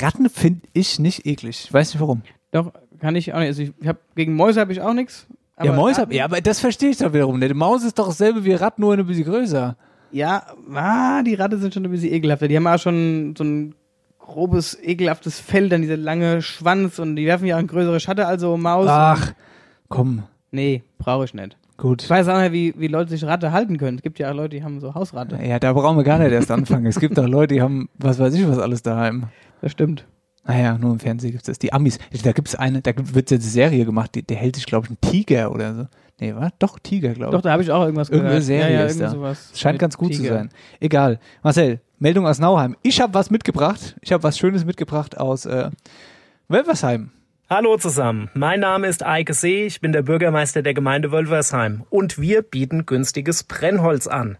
Ratten finde ich nicht eklig. Ich weiß nicht warum. Doch, kann ich auch nicht. Also ich hab, gegen Mäuse habe ich auch nichts. ja, Mäuse, ja, aber das verstehe ich doch wiederum. nicht. Die Maus ist doch dasselbe wie Ratten, nur eine bisschen größer. Ja, ah, die Ratte sind schon ein bisschen ekelhafter. Die haben auch schon so ein grobes, ekelhaftes Fell, dann dieser lange Schwanz und die werfen ja auch eine größere Schatte, also Maus. Ach, komm. Nee, brauche ich nicht. Gut. Ich weiß auch nicht, wie, wie Leute sich Ratte halten können. Es gibt ja auch Leute, die haben so Hausratte. Ja, da brauchen wir gar nicht erst anfangen. Es gibt doch Leute, die haben, was weiß ich, was alles daheim. Das stimmt. Naja, nur im Fernsehen gibt es das. Die Amis, da gibt es eine, da gibt- wird jetzt eine Serie gemacht, die, der hält sich, glaube ich, ein Tiger oder so. Nee, war doch Tiger, glaube ich. Doch, da habe ich auch irgendwas Irgendeine gehört. Serie Ja, ja, ist da. irgend sowas Scheint mit ganz gut zu Tiger. sein. Egal. Marcel, Meldung aus Nauheim. Ich habe was mitgebracht. Ich habe was Schönes mitgebracht aus äh, Welversheim. Hallo zusammen, mein Name ist Eike See, ich bin der Bürgermeister der Gemeinde Wölversheim und wir bieten günstiges Brennholz an.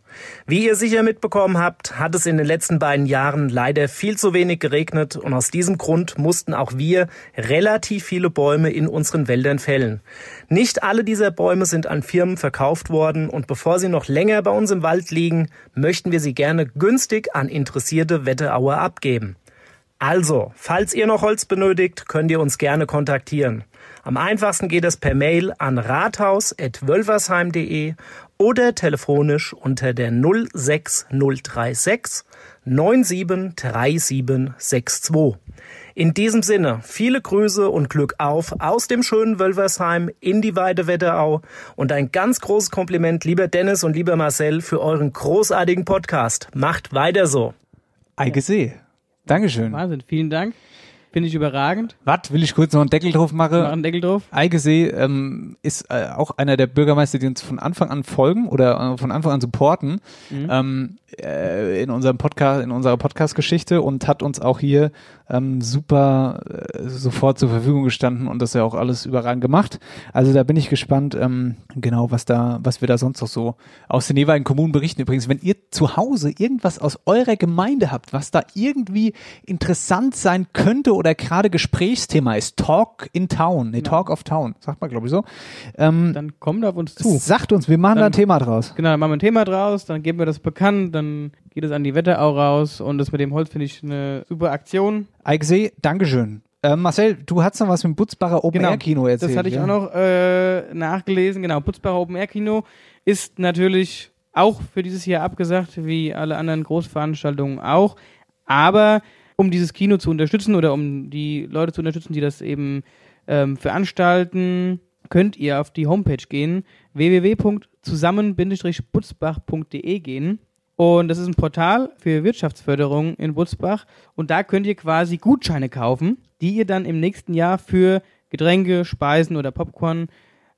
Wie ihr sicher mitbekommen habt, hat es in den letzten beiden Jahren leider viel zu wenig geregnet und aus diesem Grund mussten auch wir relativ viele Bäume in unseren Wäldern fällen. Nicht alle dieser Bäume sind an Firmen verkauft worden und bevor sie noch länger bei uns im Wald liegen, möchten wir sie gerne günstig an interessierte Wetterauer abgeben. Also, falls ihr noch Holz benötigt, könnt ihr uns gerne kontaktieren. Am einfachsten geht es per Mail an rathaus.wölversheim.de oder telefonisch unter der 06036 973762. In diesem Sinne, viele Grüße und Glück auf aus dem schönen Wölversheim in die Weide Wetterau und ein ganz großes Kompliment, lieber Dennis und lieber Marcel, für euren großartigen Podcast. Macht weiter so. Eike See. Dankeschön. Wahnsinn, vielen Dank. Finde ich überragend. Was? Will ich kurz noch einen Deckel drauf machen? Mach einen Deckel drauf. Eigesee ähm, ist äh, auch einer der Bürgermeister, die uns von Anfang an folgen oder äh, von Anfang an supporten Mhm. ähm, äh, in unserem Podcast, in unserer Podcast-Geschichte und hat uns auch hier ähm, super äh, sofort zur Verfügung gestanden und das ja auch alles überragend gemacht. Also da bin ich gespannt, ähm, genau was da, was wir da sonst noch so aus den jeweiligen Kommunen berichten. Übrigens, wenn ihr zu Hause irgendwas aus eurer Gemeinde habt, was da irgendwie interessant sein könnte oder gerade Gesprächsthema ist, Talk in Town, nee, Talk of Town, sagt man glaube ich so. Ähm, dann kommt auf uns zu. Sagt uns, wir machen da ein Dann- Thema draus. Genau, dann machen wir ein Thema draus, dann geben wir das bekannt, dann geht es an die Wetterau raus und das mit dem Holz finde ich eine super Aktion. Eigsee, Dankeschön. Ähm, Marcel, du hast noch was mit dem Butzbacher Open Air Kino erzählt. Genau. Das hatte ich ja? auch noch äh, nachgelesen. Genau, Putzbacher Open Air Kino ist natürlich auch für dieses Jahr abgesagt, wie alle anderen Großveranstaltungen auch. Aber um dieses Kino zu unterstützen oder um die Leute zu unterstützen, die das eben ähm, veranstalten, könnt ihr auf die Homepage gehen, www.zusammen-butzbach.de E gehen. Und das ist ein Portal für Wirtschaftsförderung in Butzbach. Und da könnt ihr quasi Gutscheine kaufen, die ihr dann im nächsten Jahr für Getränke, Speisen oder Popcorn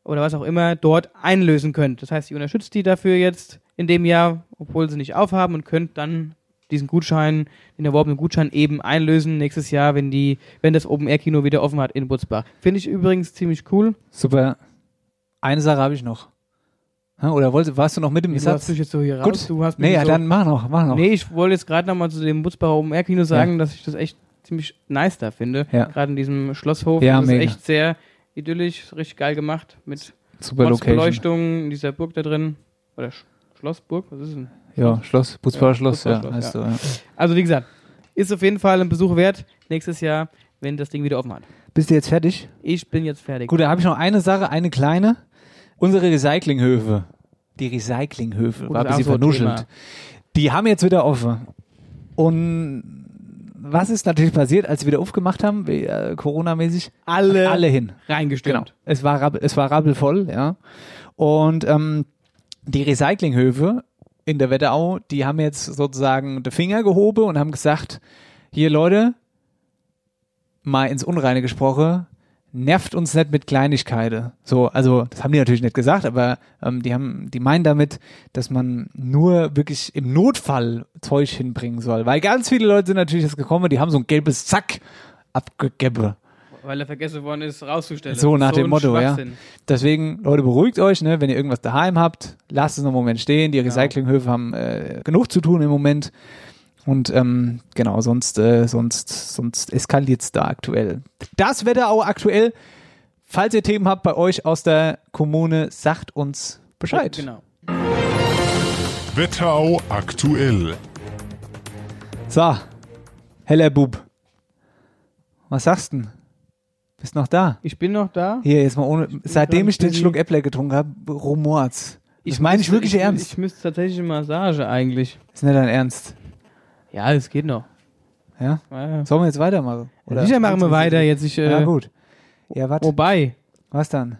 oder was auch immer dort einlösen könnt. Das heißt, ihr unterstützt die dafür jetzt in dem Jahr, obwohl sie nicht aufhaben und könnt dann diesen Gutschein, den erworbenen Gutschein eben einlösen nächstes Jahr, wenn die, wenn das Open Air Kino wieder offen hat in Butzbach. Finde ich übrigens ziemlich cool. Super. Eine Sache habe ich noch. Hä, Oder wollte, warst du noch mit dem Du Satz? hast mich jetzt so hier raus. Gut. Du hast mich nee, ja, so dann mach noch, mach noch. Nee, ich wollte jetzt gerade nochmal zu dem Butzbacher Open Air Kino sagen, Ja. dass ich das echt ziemlich nice da finde. Ja. Gerade in diesem Schlosshof. Ja, das mega. ist echt sehr idyllisch, ist richtig geil gemacht mit Super Location. Beleuchtung in dieser Burg da drin. Oder Sch Schlossburg, was ist denn? Ja, Schloss, Butzbacher Schloss, ja, Butzbacher heißt Schloss, so, ja. Also wie gesagt, ist auf jeden Fall ein Besuch wert nächstes Jahr, wenn das Ding wieder offen hat. Bist du jetzt fertig? Ich bin jetzt fertig. Gut, da habe ich noch eine Sache, eine kleine. Unsere Recyclinghöfe. Die Recyclinghöfe, Gutes war ein bisschen Auswurfthema. vernuschelt. Die haben jetzt wieder offen. Und was ist natürlich passiert, als sie wieder aufgemacht haben, wie, äh, Corona-mäßig? Alle Alle hin. Reingestürmt. Genau. Es war, rabb- es war rabbelvoll, ja. Und ähm, die Recyclinghöfe in der Wetterau, die haben jetzt sozusagen den Finger gehoben und haben gesagt, hier Leute, mal ins Unreine gesprochen, nervt uns nicht mit Kleinigkeiten. So, also das haben die natürlich nicht gesagt, aber ähm, die haben, die meinen damit, dass man nur wirklich im Notfall Zeug hinbringen soll. Weil ganz viele Leute sind natürlich jetzt gekommen, die haben so ein gelbes Zack abgegeben. Weil er vergessen worden ist, rauszustellen. Genau. So nach dem ein Motto, ja. Schwachsinn. Deswegen, Leute, beruhigt euch, ne? wenn ihr irgendwas daheim habt, lasst es noch einen Moment stehen. Die Recyclinghöfe haben äh, genug zu tun im Moment. Und ähm, genau, sonst, äh, sonst, sonst eskaliert's da aktuell. Das Wetterau aktuell. Falls ihr Themen habt bei euch aus der Kommune, sagt uns Bescheid. Genau. Wetterau aktuell. So, heller Bub. Was sagst denn? Bist noch da? Ich bin noch da. Hier, jetzt mal ohne. Seitdem grad ich den busy. Schluck Äppler getrunken habe, rumort's. Das meine ich müsste- wirklich ernst. Ich müsste tatsächlich eine Massage eigentlich. Ist nicht dein Ernst. Ja, es geht noch. Ja? Ja. Sollen wir jetzt weitermachen? Oder sicher machen wir weiter jetzt. Ich, äh, ja, gut. Ja, warte. Wobei. Was dann? Äh,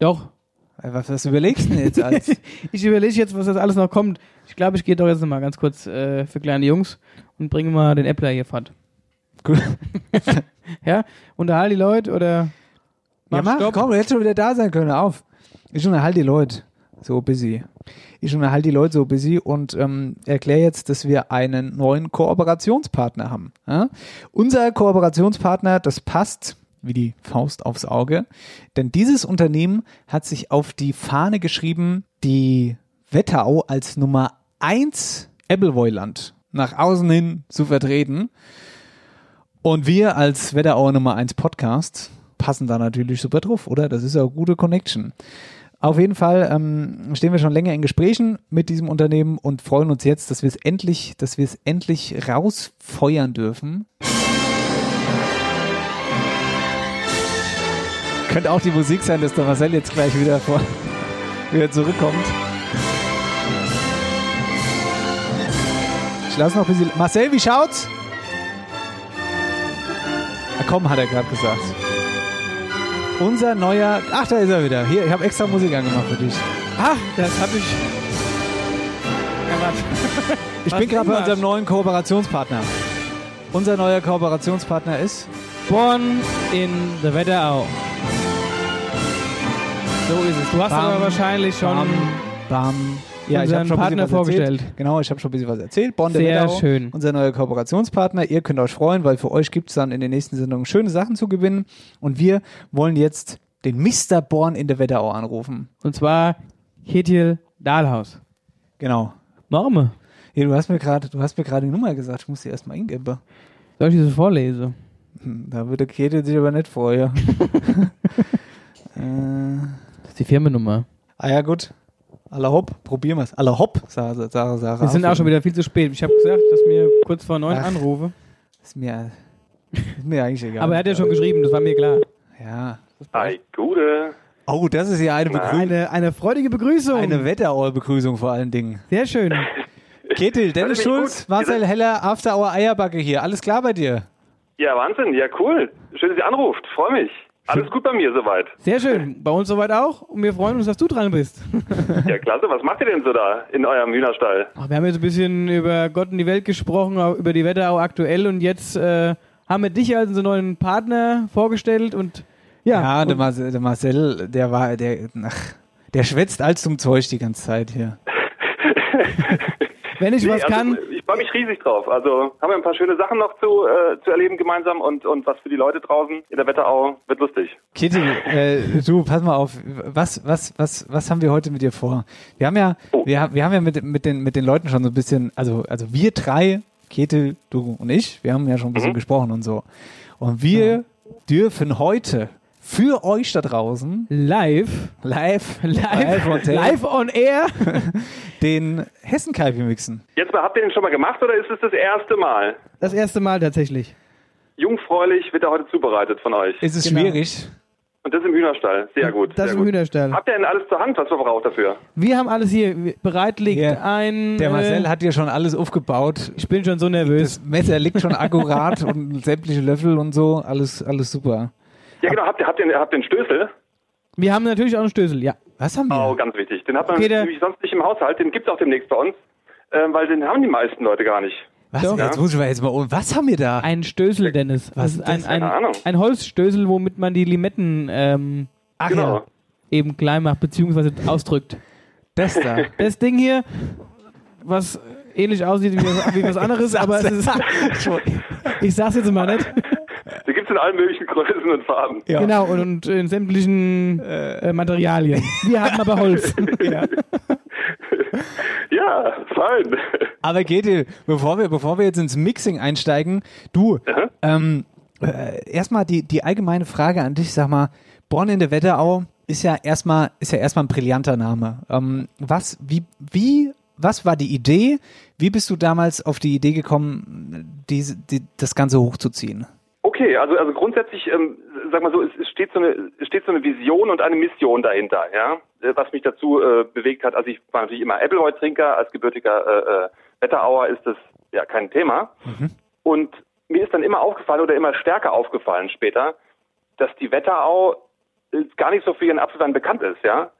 Doch. Was, was überlegst du denn jetzt als? ich überlege jetzt, was das alles noch kommt. Ich glaube, ich gehe doch jetzt noch mal ganz kurz äh, für kleine Jungs und bringe mal den Äppler hier fort. Gut. ja, unterhalte die Leute oder. ja, mach, Stopp. komm, du hättest schon wieder da sein können. Hör Auf. Ich unterhalte die Leute so busy. Ich unterhalte die Leute so busy und ähm, erkläre jetzt, dass wir einen neuen Kooperationspartner haben. Ja? Unser Kooperationspartner, das passt wie die Faust aufs Auge, denn dieses Unternehmen hat sich auf die Fahne geschrieben, die Wetterau als Nummer 1 Ebbelweiland nach außen hin zu vertreten. Und wir als Wetterauer Nummer 1 Podcast passen da natürlich super drauf, oder? Das ist ja eine gute Connection. Auf jeden Fall ähm, stehen wir schon länger in Gesprächen mit diesem Unternehmen und freuen uns jetzt, dass wir es endlich, dass wir es endlich rausfeuern dürfen. Könnte auch die Musik sein, dass der Marcel jetzt gleich wieder vor wieder zurückkommt. Ich lasse noch ein bisschen. Marcel, wie schaut's? Ah, komm, hat er gerade gesagt. Unser neuer. Ach, da ist er wieder. Hier, ich habe extra Musik angemacht für dich. Ach, das habe ich. Ich bin gerade bei unserem neuen Kooperationspartner. Unser neuer Kooperationspartner ist Born in the Wetterau. So ist es. Du hast aber wahrscheinlich schon- Bam, bam. Ja, ich habe schon unseren ein bisschen Partner was vorgestellt. vorgestellt. Genau, ich habe schon ein bisschen was erzählt. Bonn der Sehr Wetterau, schön. unser neuer Kooperationspartner. Ihr könnt euch freuen, weil für euch gibt es dann in den nächsten Sendungen schöne Sachen zu gewinnen. Und wir wollen jetzt den Mr. Born in der Wetterau anrufen. Und zwar Ketil Dahlhaus. Genau. Norme. Ja, du hast mir gerade, du hast mir gerade die Nummer gesagt. Ich muss sie erstmal eingeben. Soll ich diese vorlesen? Hm, Da würde Käthe sich aber nicht freuen. äh, Das ist die Firmennummer. ah ja, gut. Alla hopp, probieren wir es. Alla hopp, Sarah, Sarah, Sarah. Wir sind auch schon wieder viel zu spät. Ich habe gesagt, dass mir kurz vor neun Ach. anrufe. Ist mir, ist mir eigentlich egal. Aber er hat ja schon geschrieben, das war mir klar. Ja. Hi, Gude. Oh, das ist ja eine Na? Begrüßung. Eine, eine freudige Begrüßung. Eine Wetterauer Begrüßung vor allen Dingen. Sehr schön. Ketil, Dennis Hört ihr mich Schulz, gut? Marcel Heller, After Hour Eierbacke hier. Alles klar bei dir? Ja, Wahnsinn. Ja, cool. Schön, dass ihr anruft. Freue mich. Alles gut bei mir soweit. Sehr schön. Bei uns soweit auch. Und wir freuen uns, dass du dran bist. Ja, klasse. Was macht ihr denn so da in eurem Hühnerstall? Ach, wir haben jetzt ein bisschen über Gott und die Welt gesprochen, auch über die Wetterau aktuell. Und jetzt äh, haben wir dich als unseren neuen Partner vorgestellt. Und ja, ja der, und Marcel, der Marcel, der war, der, ach, der schwitzt all zum Zeug die ganze Zeit hier. wenn ich Nee, was also, kann, ich- freue mich riesig drauf. Also haben wir ein paar schöne Sachen noch zu, äh, zu erleben gemeinsam und, und was für die Leute draußen in der Wetterau wird lustig. Kitty, äh, du, pass mal auf, was, was, was, was haben wir heute mit dir vor? Wir haben ja, wir, ha- wir haben ja mit, mit, den, mit den Leuten schon so ein bisschen, also, also wir drei, Kete, du und ich, wir haben ja schon ein bisschen gesprochen und so. Und wir dürfen heute für euch da draußen live, live, Live, on tape, live on air den hessen mixen. Jetzt mal, habt ihr den schon mal gemacht oder ist es das erste Mal? Das erste Mal tatsächlich. Jungfräulich wird er heute zubereitet von euch. Ist es schwierig? Und das im Hühnerstall, sehr gut. Das sehr im gut. Hühnerstall. Habt ihr denn alles zur Hand, was man braucht dafür? Wir haben alles hier wir- bereit liegt ein. Der Marcel äh, hat dir schon alles aufgebaut. Ich bin schon so nervös. Das Messer liegt schon akkurat und sämtliche Löffel und so, alles, alles super. Ja genau, habt ihr, habt ihr, habt ihr einen Stößel? Wir haben natürlich auch einen Stößel, ja. Was haben wir? Oh, ganz wichtig. Den hat man Okay, der- nämlich sonst nicht im Haushalt, den gibt's auch demnächst bei uns, ähm, weil den haben die meisten Leute gar nicht. Was? Jetzt muss ich mal jetzt mal um. Was haben wir da? Ein Stößel, Dennis. Was das ist ein, Keine ein, Ahnung. ein Holzstößel, womit man die Limetten ähm, Genau. eben klein macht, beziehungsweise ausdrückt. Das da. Das Ding hier, was ähnlich aussieht wie was, wie was anderes, aber es ist. ich sag's jetzt mal nicht. Die gibt's in allen möglichen Größen und Farben. Genau, und, und in sämtlichen äh, Materialien. Wir haben aber Holz. Ja, fein. Aber Gete, bevor wir, bevor wir jetzt ins Mixing einsteigen, du, ähm, äh, erstmal die, die allgemeine Frage an dich, sag mal, Bonn in der Wetterau ist ja erstmal, ist ja erstmal ein brillanter Name. Ähm, was, wie, wie, was war die Idee? Wie bist du damals auf die Idee gekommen, diese, die, das Ganze hochzuziehen? Okay, also also grundsätzlich, ähm, sag mal so, es, es steht so eine es steht so eine Vision und eine Mission dahinter, ja. Äh, Was mich dazu äh, bewegt hat, also ich war natürlich immer Appleboy-Trinker, als gebürtiger äh, äh, Wetterauer ist das ja kein Thema. Und mir ist dann immer aufgefallen oder immer stärker aufgefallen später, dass die Wetterau äh, gar nicht so für ihren Apfelwein bekannt ist, ja.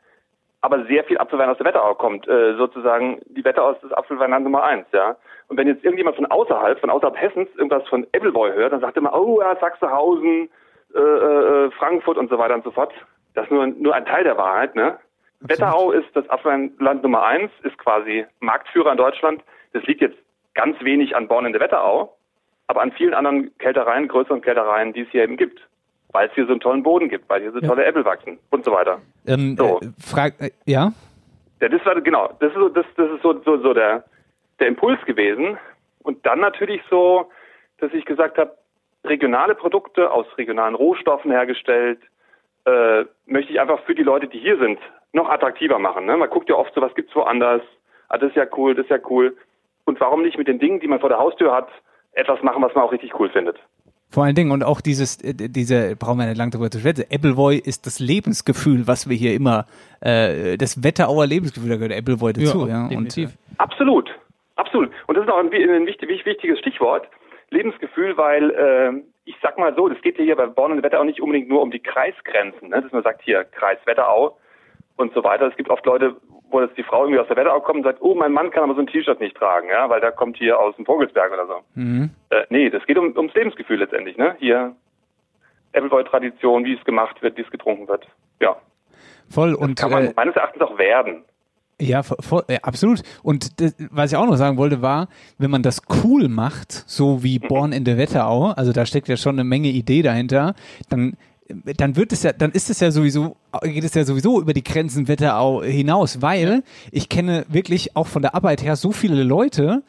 Aber sehr viel Apfelwein aus der Wetterau kommt. Äh, sozusagen, die Wetterau ist das Apfelweinland Nummer eins, ja. Und wenn jetzt irgendjemand von außerhalb, von außerhalb Hessens irgendwas von Appleboy hört, dann sagt er immer, oh ja, Sachsenhausen, äh, äh, Frankfurt und so weiter und so fort. Das ist nur, nur ein Teil der Wahrheit, ne? Wetterau ist das Apfelweinland Nummer eins, ist quasi Marktführer in Deutschland. Das liegt jetzt ganz wenig an Born in der Wetterau, aber an vielen anderen Kältereien, größeren Kältereien, die es hier eben gibt. Weil es hier so einen tollen Boden gibt, weil hier so tolle Äpfel wachsen und so weiter. Ähm, äh, frag, äh, ja? Ja, das war genau, das ist so, das, das ist so, so, so der, der Impuls gewesen. Und dann natürlich so, dass ich gesagt habe, regionale Produkte aus regionalen Rohstoffen hergestellt, äh, möchte ich einfach für die Leute, die hier sind, noch attraktiver machen. Ne? Man guckt ja oft so, was gibt's woanders, ah, das ist ja cool, das ist ja cool. Und warum nicht mit den Dingen, die man vor der Haustür hat, etwas machen, was man auch richtig cool findet? Vor allen Dingen und auch dieses, äh, diese, brauchen wir nicht lang drüber zu schwätzen. Appleboy ist das Lebensgefühl, was wir hier immer, äh, das Wetterauer Lebensgefühl, da gehört Appleboy dazu, ja. Und, äh, Absolut, absolut. Und das ist auch ein, ein wichtig, wich- wichtiges Stichwort, Lebensgefühl, weil äh, ich sag mal so, das geht ja hier bei Born und Wetterau nicht unbedingt nur um die Kreisgrenzen, ne? dass man sagt hier Kreis Wetterau und so weiter. Es gibt oft Leute, wo das die Frau irgendwie aus der Wetterau kommt und sagt, oh, mein Mann kann aber so ein T-Shirt nicht tragen, ja, weil der kommt hier aus dem Vogelsberg oder so. Mhm. Äh, nee, das geht um, ums Lebensgefühl letztendlich, ne? Hier Appleboy-Tradition, wie es gemacht wird, wie es getrunken wird. Ja, Voll und kann man äh, meines Erachtens auch werden. ja, vo- voll, ja, absolut. Und das, was ich auch noch sagen wollte, war, wenn man das cool macht, so wie Born in der Wetterau, also da steckt ja schon eine Menge Idee dahinter, dann dann wird es ja, dann ist es ja sowieso, geht es ja sowieso über die Grenzen Wetterau hinaus, weil ich kenne wirklich auch von der Arbeit her so viele Leute,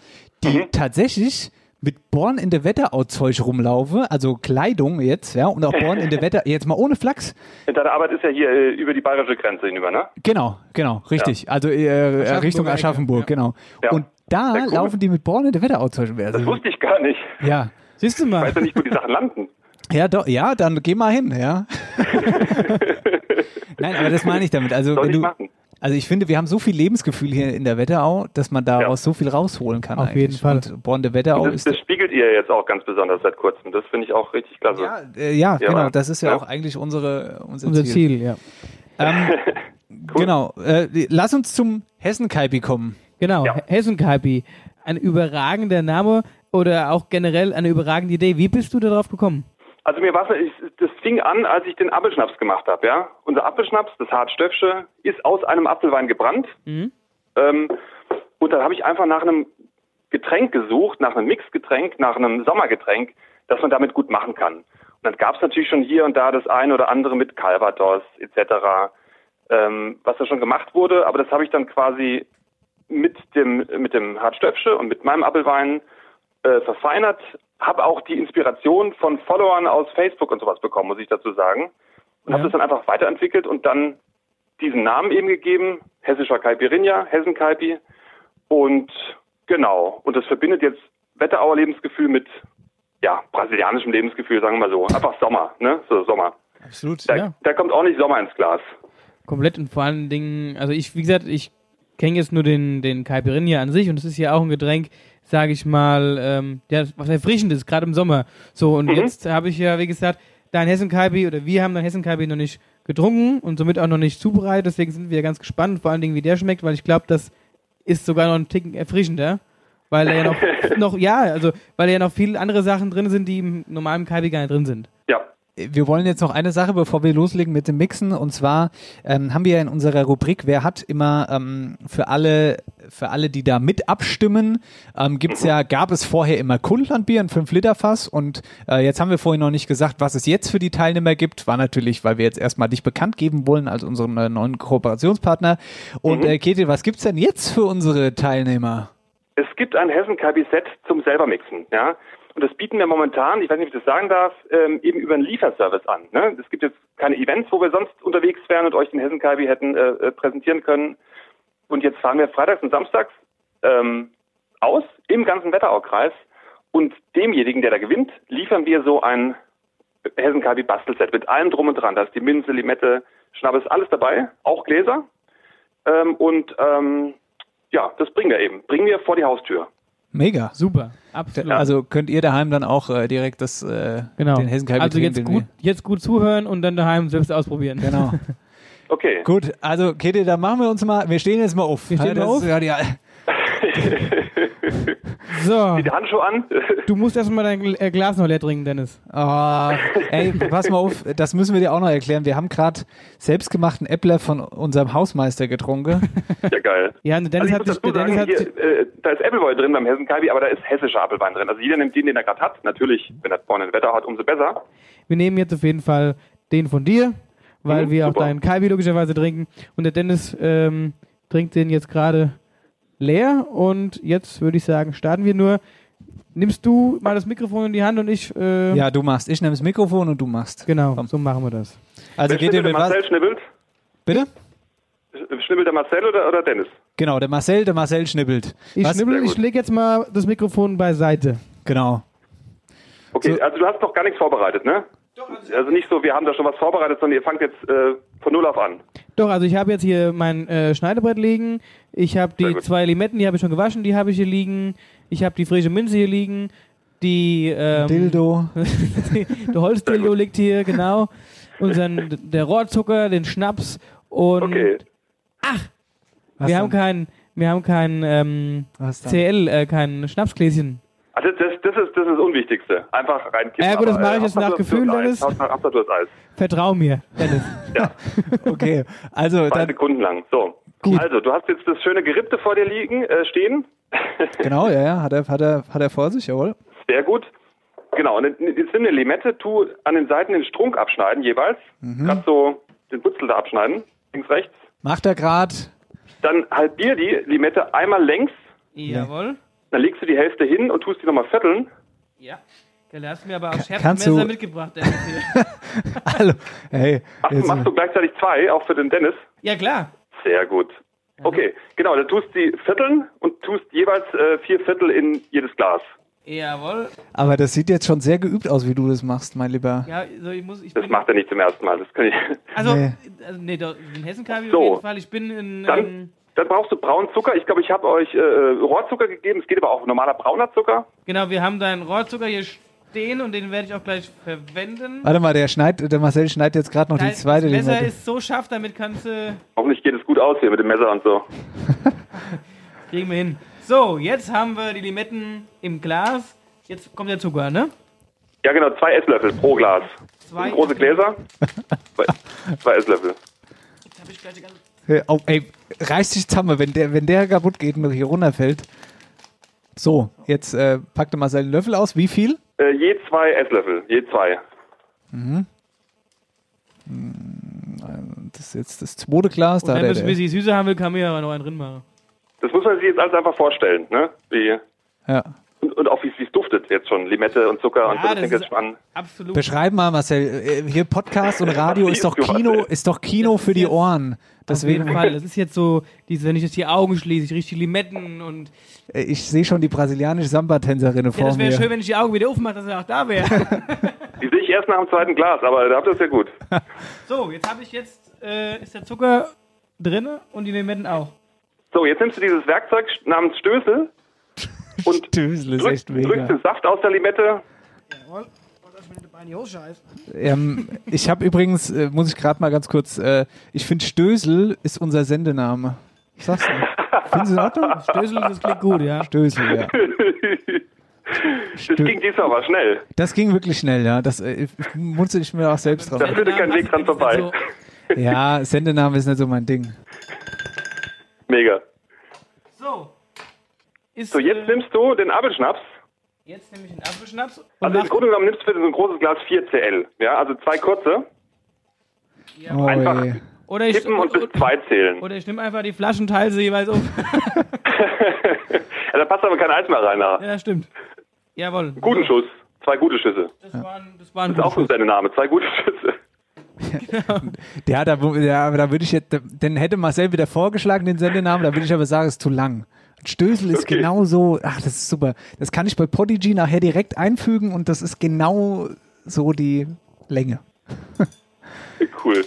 die tatsächlich mit Born in der Wetterau Zeug rumlaufen, also Kleidung jetzt, ja, und auch Born in der Wetterau, jetzt mal ohne Flachs, Deine Arbeit ist ja hier äh, über die bayerische Grenze hinüber, ne? Genau, genau, richtig. Also äh, äh, Richtung Aschaffenburg, genau. Und da laufen die mit Borne der Wetterau zum Beispiel. Das Also, wusste ich gar nicht. ja. Siehst du Ich weiß ja nicht, wo die Sachen landen. Ja, doch, ja, dann geh mal hin, ja. Nein, aber das meine ich damit. Also, wenn du, also ich finde, wir haben so viel Lebensgefühl hier in der Wetterau, dass man daraus so viel rausholen kann. Auf jeden Fall. Und Born der Wetterau Und das, ist das spiegelt ihr jetzt auch ganz besonders seit kurzem. Das finde ich auch richtig klasse. Äh, ja, Ja, genau. aber- Das ist ja, ja. auch eigentlich unsere, unser, Unser Ziel. Ziel, ja. Ähm, Genau. Äh, lass uns zum Hessen-Kaipi kommen. Genau, Hessen-Kaipi. Ein überragender Name oder auch generell eine überragende Idee. Wie bist du darauf gekommen? Also mir war es, das fing an, als ich den Apfelschnaps gemacht habe, ja. Unser Apfelschnaps, das Hartstöpfsche, ist aus einem Apfelwein gebrannt. Ähm, und dann habe ich einfach nach einem Getränk gesucht, nach einem Mixgetränk, nach einem Sommergetränk, das man damit gut machen kann. Und dann gab es natürlich schon hier und da das eine oder andere mit Calvados etc., ähm, was da schon gemacht wurde, aber das habe ich dann quasi mit dem, mit dem Hartstöpfsche und mit meinem Appelwein äh, verfeinert, habe auch die Inspiration von Followern aus Facebook und sowas bekommen, muss ich dazu sagen. Und habe das dann einfach weiterentwickelt und dann diesen Namen eben gegeben, hessischer Kalpirinja, Hessen-Kalpi. Und genau, und das verbindet jetzt Wetterauer Lebensgefühl mit ja, brasilianischem Lebensgefühl, sagen wir mal so. Einfach Sommer, ne? So Sommer. Absolut, Da, ja. da kommt auch nicht Sommer ins Glas. Komplett und vor allen Dingen, also ich, wie gesagt, ich kenne jetzt nur den, den Caipirinha hier an sich und es ist ja auch ein Getränk, sage ich mal, ähm, ja, was erfrischend ist, gerade im Sommer. So, und Mhm. jetzt habe ich ja, wie gesagt, dein hessen Kaipi oder wir haben dein hessen Kaipi noch nicht getrunken und somit auch noch nicht zubereitet, deswegen sind wir ganz gespannt, vor allen Dingen, wie der schmeckt, weil ich glaube, das ist sogar noch ein Ticken erfrischender, weil er ja noch, noch ja, also, weil ja noch viele andere Sachen drin sind, die im normalen Kaipi gar nicht drin sind. Ja. Wir wollen jetzt noch eine Sache, bevor wir loslegen mit dem Mixen. Und zwar ähm, haben wir in unserer Rubrik Wer hat immer ähm, für alle, für alle, die da mit abstimmen, ähm, gibt's ja, gab es vorher immer Kultlandbier, ein 5-Liter-Fass. Und äh, jetzt haben wir vorhin noch nicht gesagt, was es jetzt für die Teilnehmer gibt. War natürlich, weil wir jetzt erstmal dich bekannt geben wollen als unseren äh, neuen Kooperationspartner. Und Mhm. äh, Kete, was gibt's denn jetzt für unsere Teilnehmer? Es gibt ein hessen set zum selbermixen, ja. Und das bieten wir momentan, ich weiß nicht, ob ich das sagen darf, ähm, eben über einen Lieferservice an. Ne? Es gibt jetzt keine Events, wo wir sonst unterwegs wären und euch den hessen hätten äh, äh, präsentieren können. Und jetzt fahren wir freitags und samstags ähm, aus im ganzen Wetteraukreis. Und demjenigen, der da gewinnt, liefern wir so ein hessen bastelset mit allem drum und dran. Da ist die Minze, Limette, Schnabbes, alles dabei, auch Gläser. Ähm, und ähm, ja, das bringen wir eben. Bringen wir vor die Haustür. Mega. Super. Absolut. Also könnt ihr daheim dann auch äh, direkt das, äh, Genau. den hessen also jetzt gut, jetzt gut zuhören und dann daheim selbst ausprobieren. Genau. Okay. Gut, also Kete, dann machen wir uns mal, wir stehen jetzt mal auf. Wir Ja, stehen das mal ist auf. Ja, die, So. Die Handschuhe an. Du musst erstmal dein Gl- äh, Glas noch leer trinken, Dennis. Ah, ey, pass mal auf, das müssen wir dir auch noch erklären. Wir haben gerade selbstgemachten Äppler von unserem Hausmeister getrunken. Ja, geil. Ja, und Dennis Also ich hat muss sich- dazu Dennis sagen, hat hier, äh, da ist Appleboy drin beim hessen aber da ist hessischer Appelwein drin. Also jeder nimmt den, den er gerade hat. Natürlich, wenn er vorne ein Wetter hat, umso besser. Wir nehmen jetzt auf jeden Fall den von dir, weil Mhm, wir auch super. deinen Kalbi logischerweise trinken. Und der Dennis ähm, trinkt den jetzt gerade leer. Und jetzt würde ich sagen, starten wir nur. Nimmst du mal das Mikrofon in die Hand und ich. Äh, Ja, du machst. Ich nehme das Mikrofon und du machst. Genau, so machen wir das. Also Wer geht ihr mit schnibbelt, der was? Marcel schnibbelt? Bitte? Sch- Schnibbelt der Marcel oder, oder Dennis? Genau, der Marcel, der Marcel schnibbelt. Ich Was- schnibbel, ich lege jetzt mal das Mikrofon beiseite. Genau. Okay, also du hast noch gar nichts vorbereitet, ne? Also nicht so, wir haben da schon was vorbereitet, sondern ihr fangt jetzt äh, von null auf an. Doch, also ich habe jetzt hier mein äh, Schneidebrett liegen. Ich habe die zwei Limetten, die habe ich schon gewaschen, die habe ich hier liegen. Ich habe die frische Minze hier liegen. Die ähm, Dildo. der Holzdildo liegt hier, genau. Unseren der Rohrzucker, den Schnaps und Was wir haben denn? kein wir haben kein ähm, Was denn? CL, äh, kein Schnapsgläschen. Also das, das, ist, das ist das Unwichtigste. Einfach reinkippen. Ja, gut, das aber, mache ich jetzt Hauptsache, nach du hast Gefühl, Eis. Dennis. Hauptsache, Hauptsache, du hast Eis. Vertrau mir, Dennis. Okay, also Zwei Sekunden lang. So. Also, du hast jetzt das schöne Gerippte vor dir liegen, äh, stehen. Genau, ja, ja, hat er, hat er, hat er vor sich, jawohl. Sehr gut. Genau. Und jetzt nimm eine Limette, tu an den Seiten den Strunk abschneiden jeweils. Mhm. Grad so den Butzel da abschneiden. Links, rechts. Macht er gerade. Dann halbier die Limette einmal längs. Jawohl. Dann legst du die Hälfte hin und tust die nochmal vierteln. Ja. Der hast mir aber auch kannst du- Scherzmesser mitgebracht, Dennis. Hallo. Hey, Machst, machst du gleichzeitig zwei, auch für den Dennis? ja, klar. Sehr gut. Okay, genau, dann tust die Vierteln und tust jeweils äh, vier Viertel in jedes Glas. Jawohl. aber das sieht jetzt schon sehr geübt aus, wie du das machst, mein Lieber. Ja, so ich muss ich Das macht er nicht zum ersten Mal. Das kann ich. Also, Nee. also nee, doch, in Hessen kann ich So. auf jeden Fall. Ich bin in. ähm, Dann, dann brauchst du braunen Zucker. Ich glaube, ich habe euch äh, Rohrzucker gegeben. Es geht aber auch um normaler brauner Zucker. genau, wir haben deinen Rohrzucker hier stehen und den werde ich auch gleich verwenden. Warte mal, der, schneid, der Marcel schneidet jetzt gerade noch die Das zweite Messer Limette. ist so scharf, damit kannst du. Hoffentlich geht es gut aus hier mit dem Messer und so. Kriegen wir hin. So, jetzt haben wir die Limetten im Glas. Jetzt kommt der Zucker, ne? Ja, genau, zwei Esslöffel pro Glas. Zwei große Gläser. zwei, zwei Esslöffel. Hey, au- ey, reiß dich zusammen, wenn der, wenn der kaputt geht und hier runterfällt. So, jetzt äh, packte Marcel einen Löffel aus. Wie viel? Äh, je zwei Esslöffel, je zwei. Mhm. Hm, Das ist jetzt das zweite Glas. Da Wenn der, müssen wir der, sie süßer haben will, kann mir ja noch einen drin machen. Das muss man sich jetzt alles einfach vorstellen, ne? Wie, ja. und, und auch wie es wie es duftet jetzt schon. Limette und Zucker und so, das das fängt jetzt schon an. Absolut. Beschreib mal, Marcel. äh, Hier Podcast und Radio ist doch Kino, ist doch Kino für die Ohren. Auf Deswegen, jeden Fall, das ist jetzt so, diese, wenn ich jetzt die Augen schließe, ich rieche die Limetten und Äh, ich sehe schon die brasilianische Samba-Tänzerin ja, vor das wäre mir. schön, wenn ich die Augen wieder aufmache, dass er auch da wäre. Die sehe ich erst nach dem zweiten Glas, aber da habt ihr es ja gut. so, jetzt habe ich jetzt, äh, ist der Zucker drinne und die Limetten auch. So, jetzt nimmst du dieses Werkzeug namens Stößel und Stößel ist drückst, echt mega. drückst den Saft aus der Limette. Jawohl. Was ist mit den Beinen hier scheiße? Ähm, ich habe übrigens, äh, muss ich gerade mal ganz kurz, äh, ich finde Stösel ist unser Sendename. Ich sag's dir. Finden Sie in Ordnung? Stösel, das klingt gut, ja. Stösel, ja. Das ging diesmal aber schnell. Das ging wirklich schnell, ja. Das äh, ich musste ich mir auch selbst drauf. Da führte kein Weg dran also, vorbei. Ja, Sendename ist nicht so mein Ding. Mega. So. Ist, äh, So, jetzt nimmst du den Apfelschnaps. Jetzt nehme ich einen Apfelschnaps. Also im Grunde genommen nimmst du für so ein großes Glas 4cl. Ja, also zwei kurze. Oh, Einfach je. Oder ich, kippen und bis zwei zählen. oder ich nehme einfach die Flaschen, teile sie jeweils auf. Ja, da passt aber kein Eis mehr rein. Ja, Nach. das stimmt. Jawohl. Guten Schuss. Zwei gute Schüsse. Das waren, das waren Das ist auch so seine Name. Zwei gute Schüsse. Ja, da, wo- ja, aber da würde ich jetzt, dann hätte Marcel wieder vorgeschlagen den Sendenamen, da würde ich aber sagen, ist zu lang. Stösel ist genau so, ach, das ist super. Das kann ich bei Podigy nachher direkt einfügen und das ist genau so die Länge. Cool.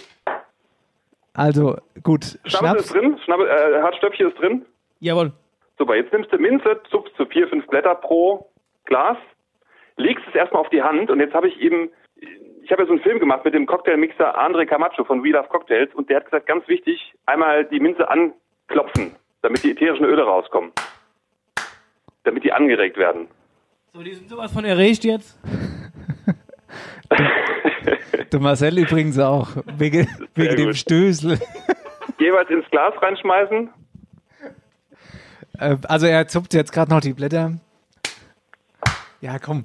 Also gut, Schnabbel Schnaps. ist drin. Schnabbel, äh, Hartstöpfchen ist drin. Jawohl. Super, jetzt nimmst du Minze, zupfst so vier, fünf Blätter pro Glas, legst es erstmal auf die Hand und jetzt habe ich eben, ich habe ja so einen Film gemacht mit dem Cocktailmixer André Camacho von We Love Cocktails und der hat gesagt, ganz wichtig, einmal die Minze anklopfen, damit die ätherischen Öle rauskommen. Damit die angeregt werden. So, die sind sowas von erregt jetzt. Der Marcel übrigens auch, wegen, wegen dem Stösel. Jeweils ins Glas reinschmeißen. Äh, Also er zupft jetzt gerade noch die Blätter. Ja, komm.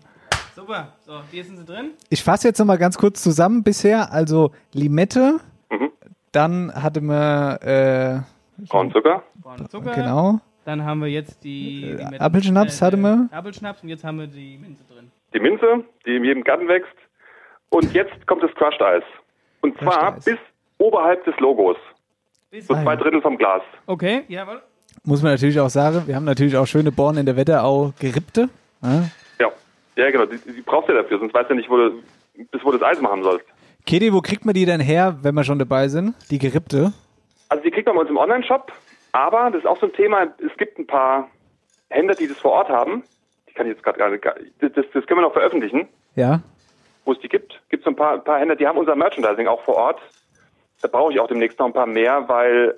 Super. So, hier sind sie drin. Ich fasse jetzt nochmal ganz kurz zusammen bisher. Also Limette, Mhm. dann hatte man äh, Braunzucker. Braunzucker. Genau. Äh, Dann haben wir jetzt die, die Met- Apfelschnaps hatte man. Apfelschnaps und jetzt haben wir die Minze drin. Die Minze, die in jedem Garten wächst. Und jetzt kommt das Crushed Eis. Und zwar Äh, bis oberhalb des Logos. Bis so zwei Drittel vom Glas. Okay, jawohl. muss man natürlich auch sagen, wir haben natürlich auch schöne Born in der Wetterau gerippte. Ja? Ja, ja genau, die, die brauchst du ja dafür, sonst weißt du ja nicht, wo du, bis wo du das Eis machen sollst. Kedi, wo kriegt man die denn her, wenn wir schon dabei sind? Die gerippte. Also die kriegt man bei uns im Online-Shop, aber das ist auch so ein Thema, es gibt ein paar Händler, die das vor Ort haben. Die kann ich jetzt gerade gar nicht, gar- das, das können wir noch veröffentlichen, Ja. wo es die gibt. Gibt es ein paar, paar Händler, die haben unser Merchandising auch vor Ort. Da brauche ich auch demnächst noch ein paar mehr, weil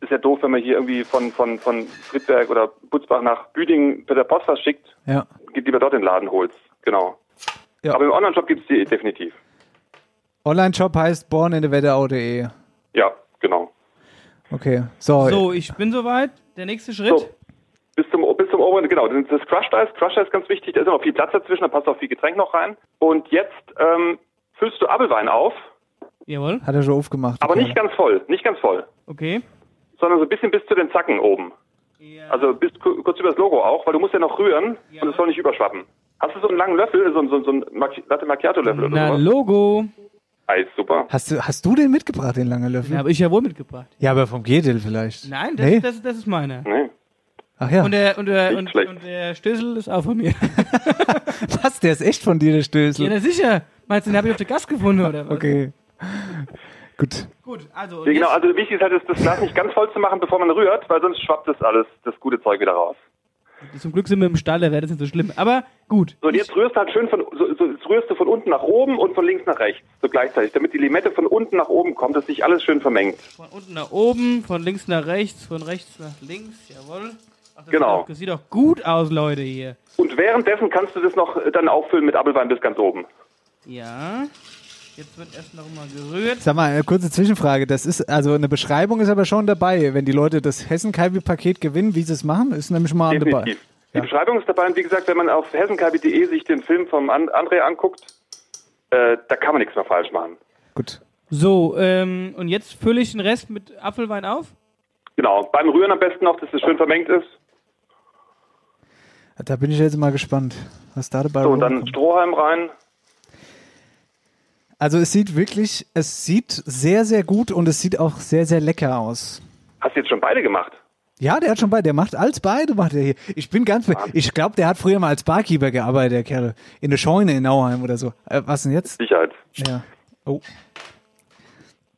ist ja doof, wenn man hier irgendwie von, von, von Friedberg oder Butzbach nach Büdingen per der Post was schickt, Ja. geht lieber dort den Laden holst. Genau. Aber im Online-Shop gibt es die definitiv. Online-Shop heißt borninthewetterau.de. Ja, genau. Okay. So, So, ich bin soweit. Der nächste Schritt. Bis zum, bis zum oberen, genau, das ist das Crushed Eis. Crushed Eis ist ganz wichtig, da ist immer viel Platz dazwischen, da passt auch viel Getränk noch rein. Und jetzt ähm, füllst du Apfelwein auf, Jawohl. hat er schon aufgemacht. aber nicht ganz voll, nicht ganz voll, Okay. sondern so ein bisschen bis zu den Zacken oben. Also bis ku- kurz über das Logo auch, weil du musst ja noch rühren und es soll nicht überschwappen. Hast du so einen langen Löffel, so, einen- so, einen- so einen Mac- Latte Macchiato-Löffel oder Na, sowas? Logo. Eis, super. Hast du, hast du den mitgebracht, den langen Löffel? Den habe ich ja wohl mitgebracht. Ja, aber vom Gedil vielleicht. Nein, das, Nee? das, das ist meiner. Nee. Ach ja. Und der, und der, und, schlecht. und der Stößel ist auch von mir. Was? Der ist echt von dir, der Stößel. ja, na sicher. Meinst du, den habe ich auf der Gast gefunden, oder was? Okay. Gut. Gut, also. und Ja, genau, jetzt- also wichtig ist halt, das- das Glas nicht ganz voll zu machen, bevor man rührt, weil sonst schwappt das alles, das gute Zeug wieder raus. Zum Glück sind wir im Stall, da wäre das nicht so schlimm. Aber gut. So, und jetzt rührst du halt schön von, so, so, jetzt rührst du von unten nach oben und von links nach rechts, so gleichzeitig, damit die Limette von unten nach oben kommt, dass sich alles schön vermengt. Von unten nach oben, von links nach rechts, von rechts nach links, jawohl. Ach, das Genau. Sieht doch, das sieht doch gut aus, Leute, hier. Und währenddessen kannst du das noch äh, dann auffüllen mit Apfelwein bis ganz oben. Ja. Jetzt wird erst noch mal gerührt. Sag mal, eine kurze Zwischenfrage. Das ist, also eine Beschreibung ist aber schon dabei, wenn die Leute das hessen paket gewinnen, wie sie es machen, ist nämlich mal dabei. Die Beschreibung ist dabei und wie gesagt, wenn man auf hessenkb.de sich den Film vom An André anguckt, äh, da kann man nichts mehr falsch machen. So, ähm, und jetzt fülle ich den Rest mit Apfelwein auf. Genau. Beim Rühren am besten noch, dass es schön vermengt ist. Da bin ich jetzt mal gespannt, was da dabei So, und dann rumkommt. Strohhalm rein. Also es sieht wirklich, es sieht sehr, sehr gut und es sieht auch sehr, sehr lecker aus. Hast du jetzt schon beide gemacht? Ja, der hat schon bei, der macht als beide, macht er hier. Ich bin ganz, be- ich glaube, der hat früher mal als Barkeeper gearbeitet, der Kerl. In der Scheune in Nauheim oder so. Äh, was denn jetzt? Sicherheit. Ja. Oh.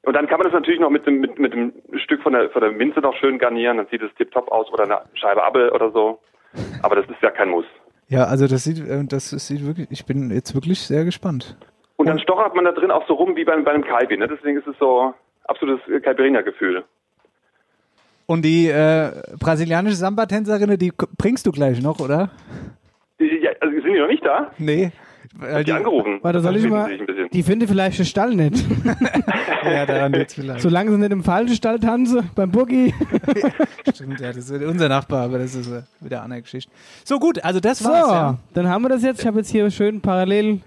Und dann kann man das natürlich noch mit dem, mit, mit dem Stück von der, von der Minze noch schön garnieren, dann sieht es tipptopp aus oder eine Scheibe Apfel oder so. Aber das ist ja kein Muss. Ja, also das sieht, äh, das das sieht wirklich, ich bin jetzt wirklich sehr gespannt. Und dann stochert man da drin auch so rum wie beim, beim Kalbi, ne? Deswegen ist es so absolutes äh, Kalberiner-Gefühl. Und die äh, brasilianische Samba-Tänzerin, die k- bringst du gleich noch, oder? Ja, also sind die noch nicht da? Nee. Äh, Hab die angerufen. Warte, soll ich Wissen mal. Sie sich ein bisschen. Die finde vielleicht den Stall nicht. ja, daran liegt's vielleicht. Solange sie nicht im falschen Stall tanze, beim Boogie. Stimmt, ja, das ist unser Nachbar, aber das ist äh, wieder eine andere Geschichte. So gut, also das so, war's. Ja. dann haben wir das jetzt. Ich habe jetzt hier schön parallel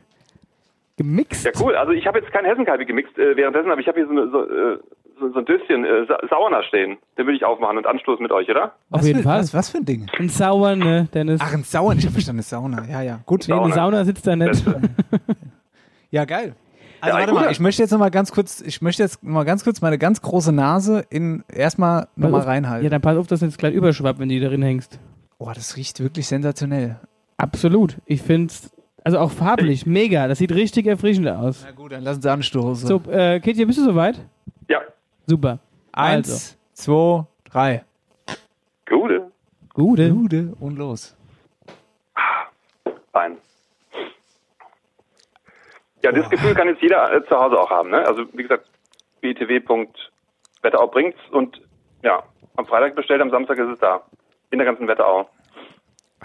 gemixt. Ja, cool. Also ich habe jetzt kein Hessenkalbi gemixt äh, währenddessen, aber ich habe hier so, eine, so, äh, so, so ein Döschen äh, Sa Sauerner stehen. Den will ich aufmachen und anstoßen mit euch, oder? Auf jeden Fall. Was, was für ein Ding? Ein Sauer, ne, Dennis? Ach, ein Sauer, ich habe verstanden, eine Sauna. Ja, ja, gut. Nee, eine Sauna sitzt da nicht. Ja, geil. Also Ja, warte gut. mal, ich möchte jetzt noch mal ganz kurz, ich möchte jetzt noch mal ganz kurz meine ganz große Nase in erstmal noch Pass mal auf- halt. reinhalten. Ja, dann pass auf, dass jetzt gleich überschwappt, wenn du die darin hängst. Oh, das riecht wirklich sensationell. Absolut. Ich finde es, also auch farblich, mega. Das sieht richtig erfrischend aus. Na gut, dann lassen Sie anstoßen. So, äh, Katja, bist du soweit? Ja. Super. Eins, zwei, Also. drei. Gute. Gute. Gute und los. Fein. Ja, das Gefühl kann jetzt jeder äh, zu Hause auch haben, ne? Also wie gesagt, btw.wetterau bringt's und ja, am Freitag bestellt, am Samstag ist es da. In der ganzen Wetterau.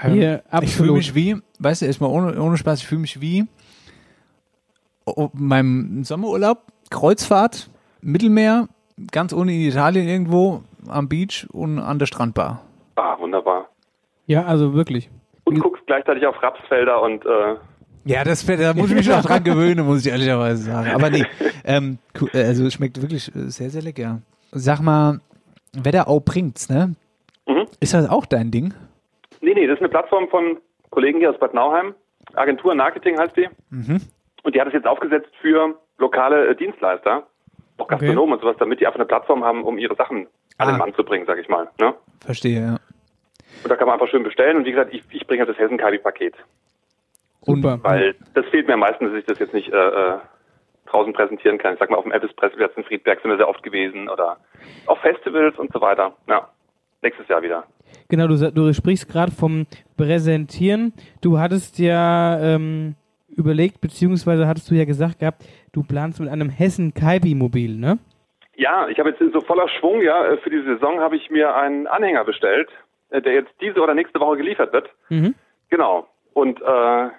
Hier, Ich fühle absolut. mich wie, weißt du, erstmal ohne, ohne Spaß, ich fühle mich wie oh, meinem Sommerurlaub, Kreuzfahrt, Mittelmeer, ganz ohne in Italien irgendwo, am Beach und an der Strandbar. Ah, wunderbar. Ja, also wirklich. Und guckst gleichzeitig auf Rapsfelder und äh, Ja, das, da muss ich mich auch dran gewöhnen, muss ich ehrlicherweise sagen. Aber nee, ähm, cool, äh, also es schmeckt wirklich äh, sehr, sehr lecker. Sag mal, Wetterau bringt's, ne? Mhm. Ist das auch dein Ding? nee, nee, das ist eine Plattform von Kollegen hier aus Bad Nauheim. Agentur Marketing heißt die. Mhm. Und die hat es jetzt aufgesetzt für lokale äh, Dienstleister, auch Gastronomen und sowas, damit die einfach eine Plattform haben, um ihre Sachen an den Mann zu bringen, sag ich mal. Ne? Ah, Verstehe, ja. Und da kann man einfach schön bestellen. Und wie gesagt, ich, ich bringe das Hessen-Kabi-Paket. Super. Weil das fehlt mir am meisten, dass ich das jetzt nicht äh, äh, draußen präsentieren kann. Ich sag mal, auf dem Elvis Pressplatz in Friedberg sind wir sehr oft gewesen oder auf Festivals und so weiter. Ja, nächstes Jahr wieder. Genau, du, sa- du sprichst gerade vom Präsentieren. Du hattest ja ähm, überlegt, beziehungsweise hattest du ja gesagt gehabt, du planst mit einem Hessen-Kaibi-Mobil, ne? Ja, ich habe jetzt so voller Schwung, ja, äh, für die Saison habe ich mir einen Anhänger bestellt, äh, der jetzt diese oder nächste Woche geliefert wird. Mhm. Genau. Und äh, da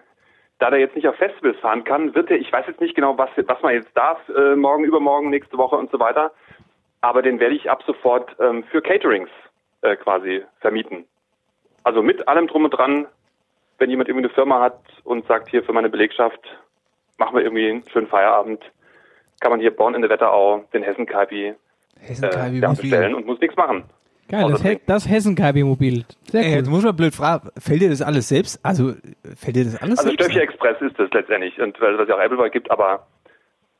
der jetzt nicht auf Festivals fahren kann, wird er, ich weiß jetzt nicht genau, was, was man jetzt darf, äh, morgen, übermorgen, nächste Woche und so weiter, aber den werde ich ab sofort ähm, für Caterings äh, quasi vermieten. Also mit allem drum und dran, wenn jemand irgendwie eine Firma hat und sagt, hier für meine Belegschaft, machen wir irgendwie einen schönen Feierabend, kann man hier Born in der Wetterau den Hessen-Kalbi Hessen-Kalbi äh, ja, muss bestellen wieder. und muss nichts machen. Geil, das, He das Hessen-Kaibi-Mobil. Sehr Ey, cool. jetzt muss man blöd fragen, fällt dir das alles selbst? Also, äh, fällt dir das alles Also selbst? Stöffchen Express ist das letztendlich, und weil also es ja auch Appleboy gibt, aber,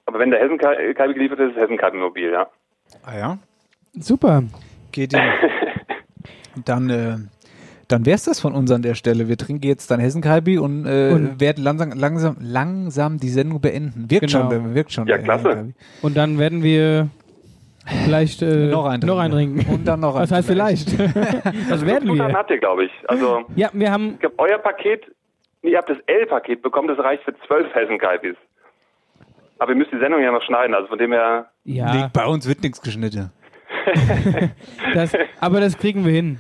aber wenn der Hessen-Kalbi geliefert ist, ist Hessen-Kalbi mobil, ja. Ah ja. Super. Geht dir. dann, äh, dann wär's das von uns an der Stelle. Wir trinken jetzt dann Hessen-Kalbi und, äh, Und- werden langsam, langsam, langsam die Sendung beenden. Wirkt Genau. schon, wirkt schon. äh, Ja, der klasse. Hessen-Kalbi. Und dann werden wir vielleicht äh, Noch einen noch trinken. trinken. Und dann noch Was einen heißt vielleicht? das werden Zutat wir. habt ihr, glaube ich. Also, Ja, wir haben. ich glaub, euer Paket, nee, ihr habt das L-Paket bekommen, das reicht für zwölf Hessen-Kalbis. Aber ihr müsst die Sendung ja noch schneiden, also von dem her, Ja. Nee, bei uns wird nichts geschnitten. Das, aber das kriegen wir hin.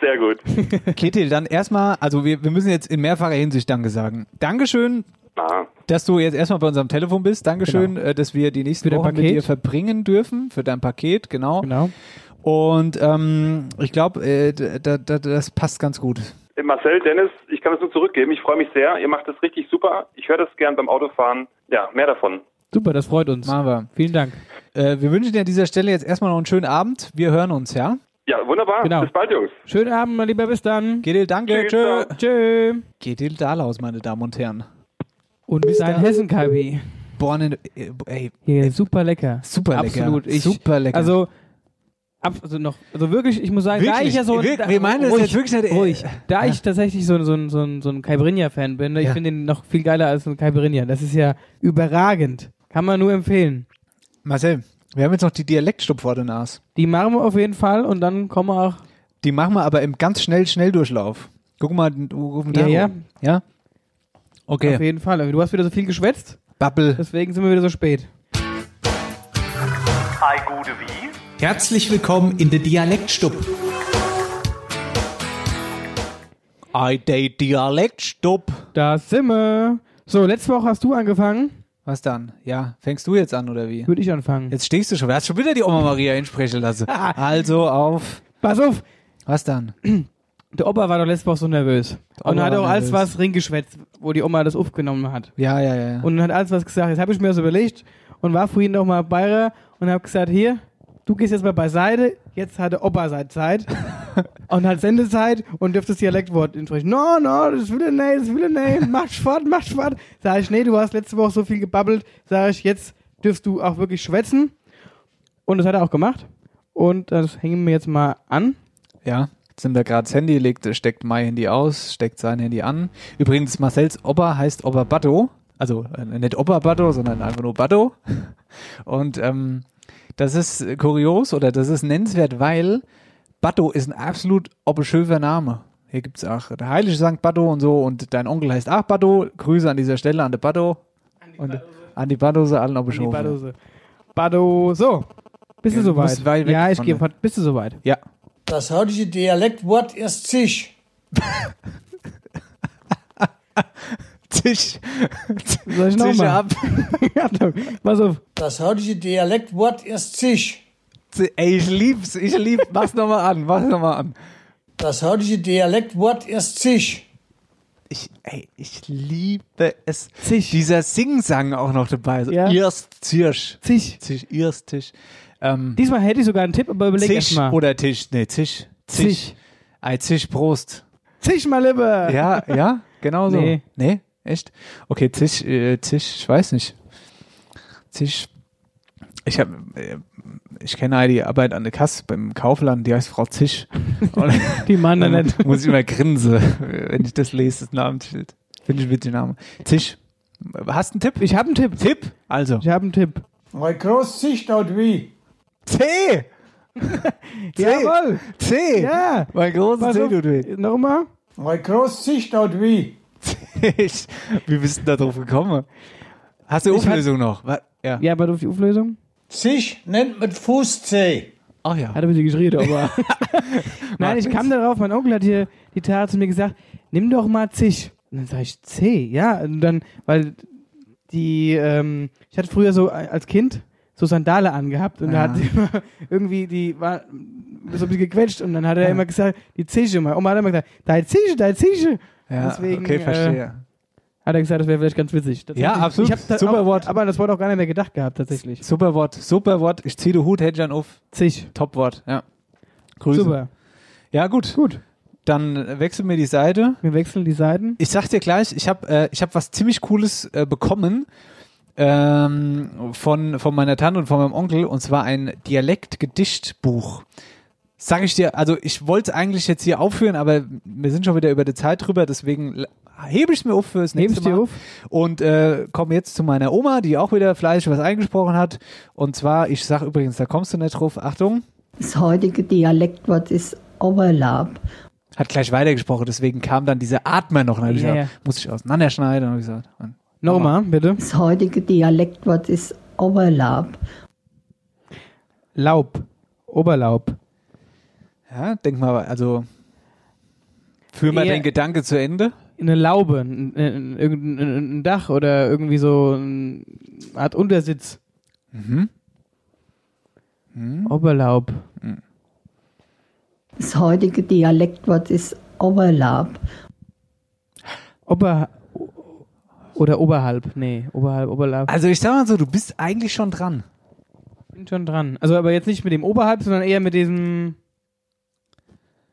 sehr gut. Ketil, dann erstmal, also wir, wir müssen jetzt in mehrfacher Hinsicht Danke sagen. Dankeschön, Na, dass du jetzt erstmal bei unserem Telefon bist. Dankeschön, äh, dass wir die nächsten Genau. Für dein Wochen mit Paket. Genau. dir verbringen dürfen, für dein Paket, genau. Und ähm, ich glaube, äh, da, da, das passt ganz gut. Marcel, Dennis, ich kann es nur zurückgeben. Ich freue mich sehr. Ihr macht das richtig super. Ich höre das gern beim Autofahren. Ja, mehr davon. Super, das freut uns. Machen wir. Vielen Dank. Äh, wir wünschen dir an dieser Stelle jetzt erstmal noch einen schönen Abend. Wir hören uns, ja? Ja, wunderbar. Genau. Bis bald, Jungs. Schönen Abend, mein Lieber, bis dann. Gedil, danke. Tschüss, Tschö. ciao. Tschö. Gedil Dahlaus, meine Damen und Herren. Und Bis sein dann. Hessen-KW. Born in, äh, ey, Hier, super lecker. Super lecker. Absolut. Ich, Super lecker. Also, ab, also, noch, also wirklich, ich muss sagen, da Wirklich? ich ja so Wir- da, wir meinen das ruhig, jetzt wirklich nicht, äh, ruhig. Da ja. ich tatsächlich so, ein- so, ein- so, ein- so ein Calbrinha-Fan bin, ich Ja. finde ihn noch viel geiler als ein Calbrinha. Das ist ja überragend. Kann man nur empfehlen. Marcel, wir haben jetzt noch die Dialektstub vor der Nase. Die machen wir auf jeden Fall und dann kommen wir auch. Die machen wir aber im ganz schnell Schnelldurchlauf. Guck mal, du rufst Ja, ja. ja. Okay. Auf jeden Fall. Du hast wieder so viel geschwätzt. Bubble. Deswegen sind wir wieder so spät. Hi, gute wie? Herzlich willkommen in der Dialektstub. I date Dialektstub. Da sind wir. So, letzte Woche hast du angefangen. Was dann? Ja, fängst du jetzt an oder wie? Würde ich anfangen. Jetzt stehst du schon. Du hast schon wieder die Oma Maria hinsprechen lassen. also auf. Pass auf. Was dann? Der Opa war doch letzte Woche so nervös. Der Und Opa hat war auch alles nervös. was ringgeschwätzt, wo die Oma das aufgenommen hat. Ja, ja, ja. ja. Und hat alles was gesagt. Jetzt habe ich mir das überlegt und war vorhin nochmal bei ihr und habe gesagt, hier, du gehst jetzt mal beiseite. Jetzt hat der Opa seit Zeit und hat Sendezeit und dürft das Dialektwort entsprechen. No, no, das will er nicht, das will er nicht. Mach fort, mach fort. Sag ich, nee, du hast letzte Woche so viel gebabbelt. Sag ich, jetzt dürfst du auch wirklich schwätzen. Und das hat er auch gemacht. Und das hängen wir jetzt mal an. Ja, jetzt nimmt er gerade das Handy, legt, steckt mein Handy aus, steckt sein Handy an. Übrigens, Marcells Opa heißt Opa Batto. Also äh, nicht Opa Batto, sondern einfach nur Batto. Und ähm, das ist äh, kurios oder das ist nennenswert, weil Batto ist ein absolut obeschöfer Name. Hier gibt's auch der heilige Sankt Batto und so und dein Onkel heißt auch Batto. Grüße an dieser Stelle an den Batto. Und an die Badose, allen Obeschöfer. Badose. Bado, so. Bist du Ja, du musst soweit? weit weg Ja, ich von gehe. der- fort. Bist du soweit? Ja. Das heutige Dialektwort ist Zisch. Zisch. Soll ich Zisch nochmal? ab. Achtung, pass auf. Das heutige Dialektwort ist Zisch. Ey, ich lieb's, ich lieb. Mach's nochmal an, mach's nochmal an. Das heutige Dialektwort ist Zisch. Ich, ey, ich liebe es. Zisch. Dieser Singsang auch noch dabei. So, Ja. Irst, Zirsch. Zisch. Zisch, Irst, Tisch. Ähm, Diesmal hätte ich sogar einen Tipp, aber überleg Zisch erst mal. oder Tisch. Nee, Zisch. Zisch. Ei, Zisch, Prost. Zisch mal lieber. Ja, ja, genau so. Nee. nee? Echt? Okay, Zisch, äh, Zisch, ich weiß nicht. Zisch. Ich habe, äh, ich kenne eine, die Arbeit an der Kasse beim Kaufland, die heißt Frau Zisch. Und die Mann dann nicht. Muss ich immer grinsen, wenn ich das lese, das Namensschild. Finde ich einen witzigen Namen. Zisch. Hast du einen Tipp? Ich habe einen Tipp. Tipp? Also. Ich habe einen Tipp. Weil groß Zisch dort wie. C! C. Jawohl. C! Ja. Mein großes Pass C, auf. du weh. Nochmal? Weil groß Zisch dort wie. Zisch. Wie bist du da drauf gekommen? Hast du die Ich hab- Auflösung noch? Wa- Ja. Ja, aber du auf die Auflösung? Zisch nennt man Fußzeh. Ach ja. Hat er bisschen geschrien, aber. Nein, ich kam darauf, mein Onkel hat hier die Tage zu mir gesagt, nimm doch mal Zisch. Und dann sage ich C, ja. Und dann, weil die, ähm, ich hatte früher so als Kind so Sandale angehabt und da Ja. hat sie immer irgendwie, die war so ein bisschen gequetscht und dann hat er immer gesagt, die Zische. Meine Oma hat immer gesagt, deine Zische, deine Zische. Ja, Deswegen, okay, äh, verstehe. hat er gesagt, das wäre vielleicht ganz witzig. Ja, Tatsächlich. absolut. Ich hab da Super auch, Wort. Aber das Wort auch gar nicht mehr gedacht gehabt, tatsächlich. äh, super Wort, super Wort. Ich ziehe den Hut, hätte ich dann auf. Zisch. Top-Wort, ja. Grüße. Super. Ja, gut. Gut. Dann wechseln wir die Seite. Wir wechseln die Seiten. Ich sag dir gleich, ich habe äh, ich hab was ziemlich Cooles äh, bekommen ähm, von, von meiner Tante und von meinem Onkel und zwar ein Dialektgedichtbuch. Sag ich dir, also ich wollte es eigentlich jetzt hier aufführen, aber wir sind schon wieder über die Zeit drüber, deswegen l- hebe ich es mir auf fürs nächste Hebst dir Mal. auf. Und äh, komme jetzt zu meiner Oma, die auch wieder fleißig was eingesprochen hat. Und zwar, ich sag übrigens, da kommst du nicht drauf, Achtung. Das heutige Dialektwort ist Oberlab. Hat gleich weitergesprochen, deswegen kam dann dieser Atmer noch. Und hab ich Ja, gesagt, ja. Muss ich auseinanderschneiden. Und hab ich gesagt, und- Nochmal, bitte. Das heutige Dialektwort ist Oberlab. Laub. Oberlaub. Ja, denk mal, also führ mal Ja. den Gedanke zu Ende. Eine Laube, ein, ein, irgendein ein- ein Dach oder irgendwie so eine Art Untersitz. Mhm. Oberlaub. Das heutige Dialektwort ist Oberlab. Ober oder oberhalb, nee, oberhalb, oberhalb. Also ich sag mal so, du bist eigentlich schon dran. bin schon dran. Also aber jetzt nicht mit dem oberhalb, sondern eher mit diesem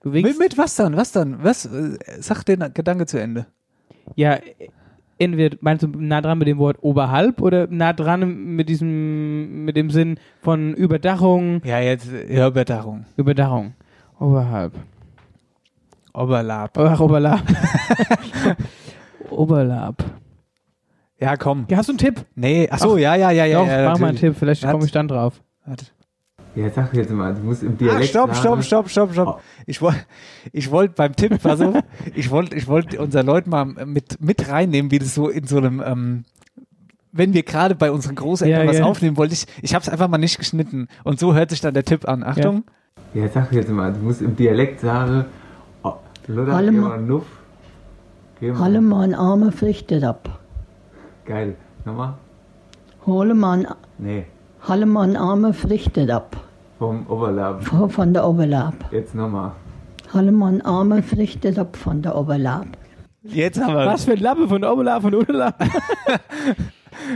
Mit, mit was dann? Was dann? Was? Äh, Sag den Gedanke zu Ende. ja entweder meinst du nah dran mit dem Wort oberhalb oder nah dran mit diesem mit dem Sinn von Überdachung. Ja, jetzt ja, Überdachung. Überdachung. Oberhalb. Oberlab. Ach, Oberlab. Oberlab. Ja, komm. Hast du einen Tipp? Nee, ach so, ja, ja, ja, ja. Doch, ja, mach mal einen natürlich. Tipp, vielleicht komme ich dann drauf. Ja, sag jetzt mal, du musst im Ah, Dialekt. stopp, sagen. stopp, stopp, stopp, Oh. stopp. Ich wollte ich wollt beim Tipp versuchen, ich wollte ich wollt unser Leuten mal mit, mit reinnehmen, wie das so in so einem, ähm, wenn wir gerade bei unseren Großeltern Ja, was ja. aufnehmen wollte, ich, ich habe es einfach mal nicht geschnitten. Und so hört sich dann der Tipp an. Achtung. Ja, sag jetzt mal, du musst im Dialekt sagen. Oh, Luder, geh mal nuff. Geh mal. Halle mal ein Arme frichtet ab. Geil. Nochmal? Hole mal ein, Nee, Halle mal ein Arme frichtet ab. vom Oberlappen. Vor- Von der Oberlab. Jetzt nochmal. Halle mal ein Arme frichtet ab von der Oberlab. Jetzt haben wir. Was für ein Lappe von Oberlab und Unterlab.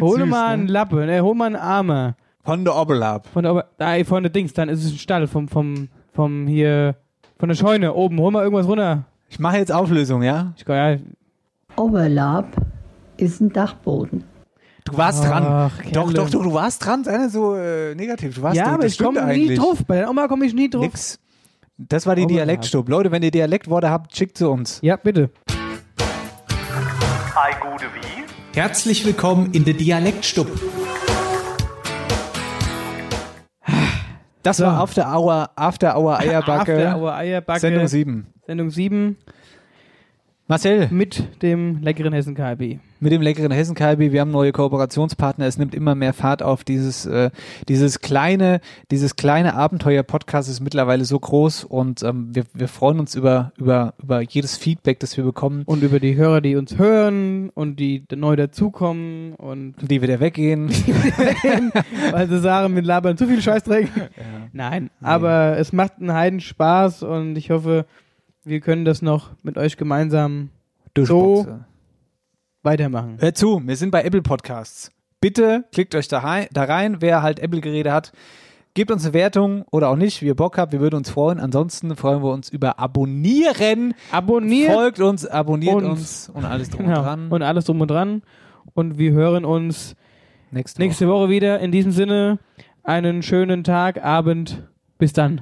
hol Süß, mal einen Lappe, ne, hol mal einen Arme. Von der Oberlab. Von der Ober Nein, von der Dings, dann ist es ein Stall vom, vom, vom hier, von der Scheune oben. Hol mal irgendwas runter. Ich mache jetzt Auflösung, ja? Ich, ja Oberlab ist ein Dachboden. Du warst dran. Ach, Doch, Kerle. doch, doch, du warst dran. Sei nicht so äh, negativ. Du warst ja, du, aber das ich stimmt komme nie eigentlich. drauf. Bei der Oma komme ich nie drauf. Nix. Das war die Oberlab. Dialektstub. Leute, wenn ihr Dialektworte habt, schickt sie uns. Ja, bitte. Ei gute wie? Herzlich willkommen in der Dialektstub. Das war After Hour, After Hour Eierbacke. After Hour Eierbacke. Sendung 7. Sendung 7. Marcel. Mit dem leckeren hessen KIB. Mit dem leckeren hessen kalbi wir haben neue Kooperationspartner, es nimmt immer mehr Fahrt auf. Dieses, äh, dieses kleine, dieses kleine Abenteuer-Podcast ist mittlerweile so groß und ähm, wir, wir freuen uns über, über, über jedes Feedback, das wir bekommen. Und über die Hörer, die uns hören und die d- neu dazukommen und die wieder weggehen. weil sie sagen, wir labern zu viel Scheißdreck. Nein, aber es macht einen Heiden Spaß und ich hoffe, wir können das noch mit euch gemeinsam so Durchboxen. weitermachen. Hört zu, wir sind bei Apple Podcasts. Bitte klickt euch da rein, da rein wer halt Apple-Geräte hat. Gebt uns eine Wertung oder auch nicht, wie ihr Bock habt. Wir würden uns freuen. Ansonsten freuen wir uns über Abonnieren. Abonniert Folgt uns, abonniert uns. uns und alles drum Genau. und dran. Und alles drum und dran. Und wir hören uns nächste, Woche. wieder. In diesem Sinne, einen schönen Tag, Abend. Bis dann.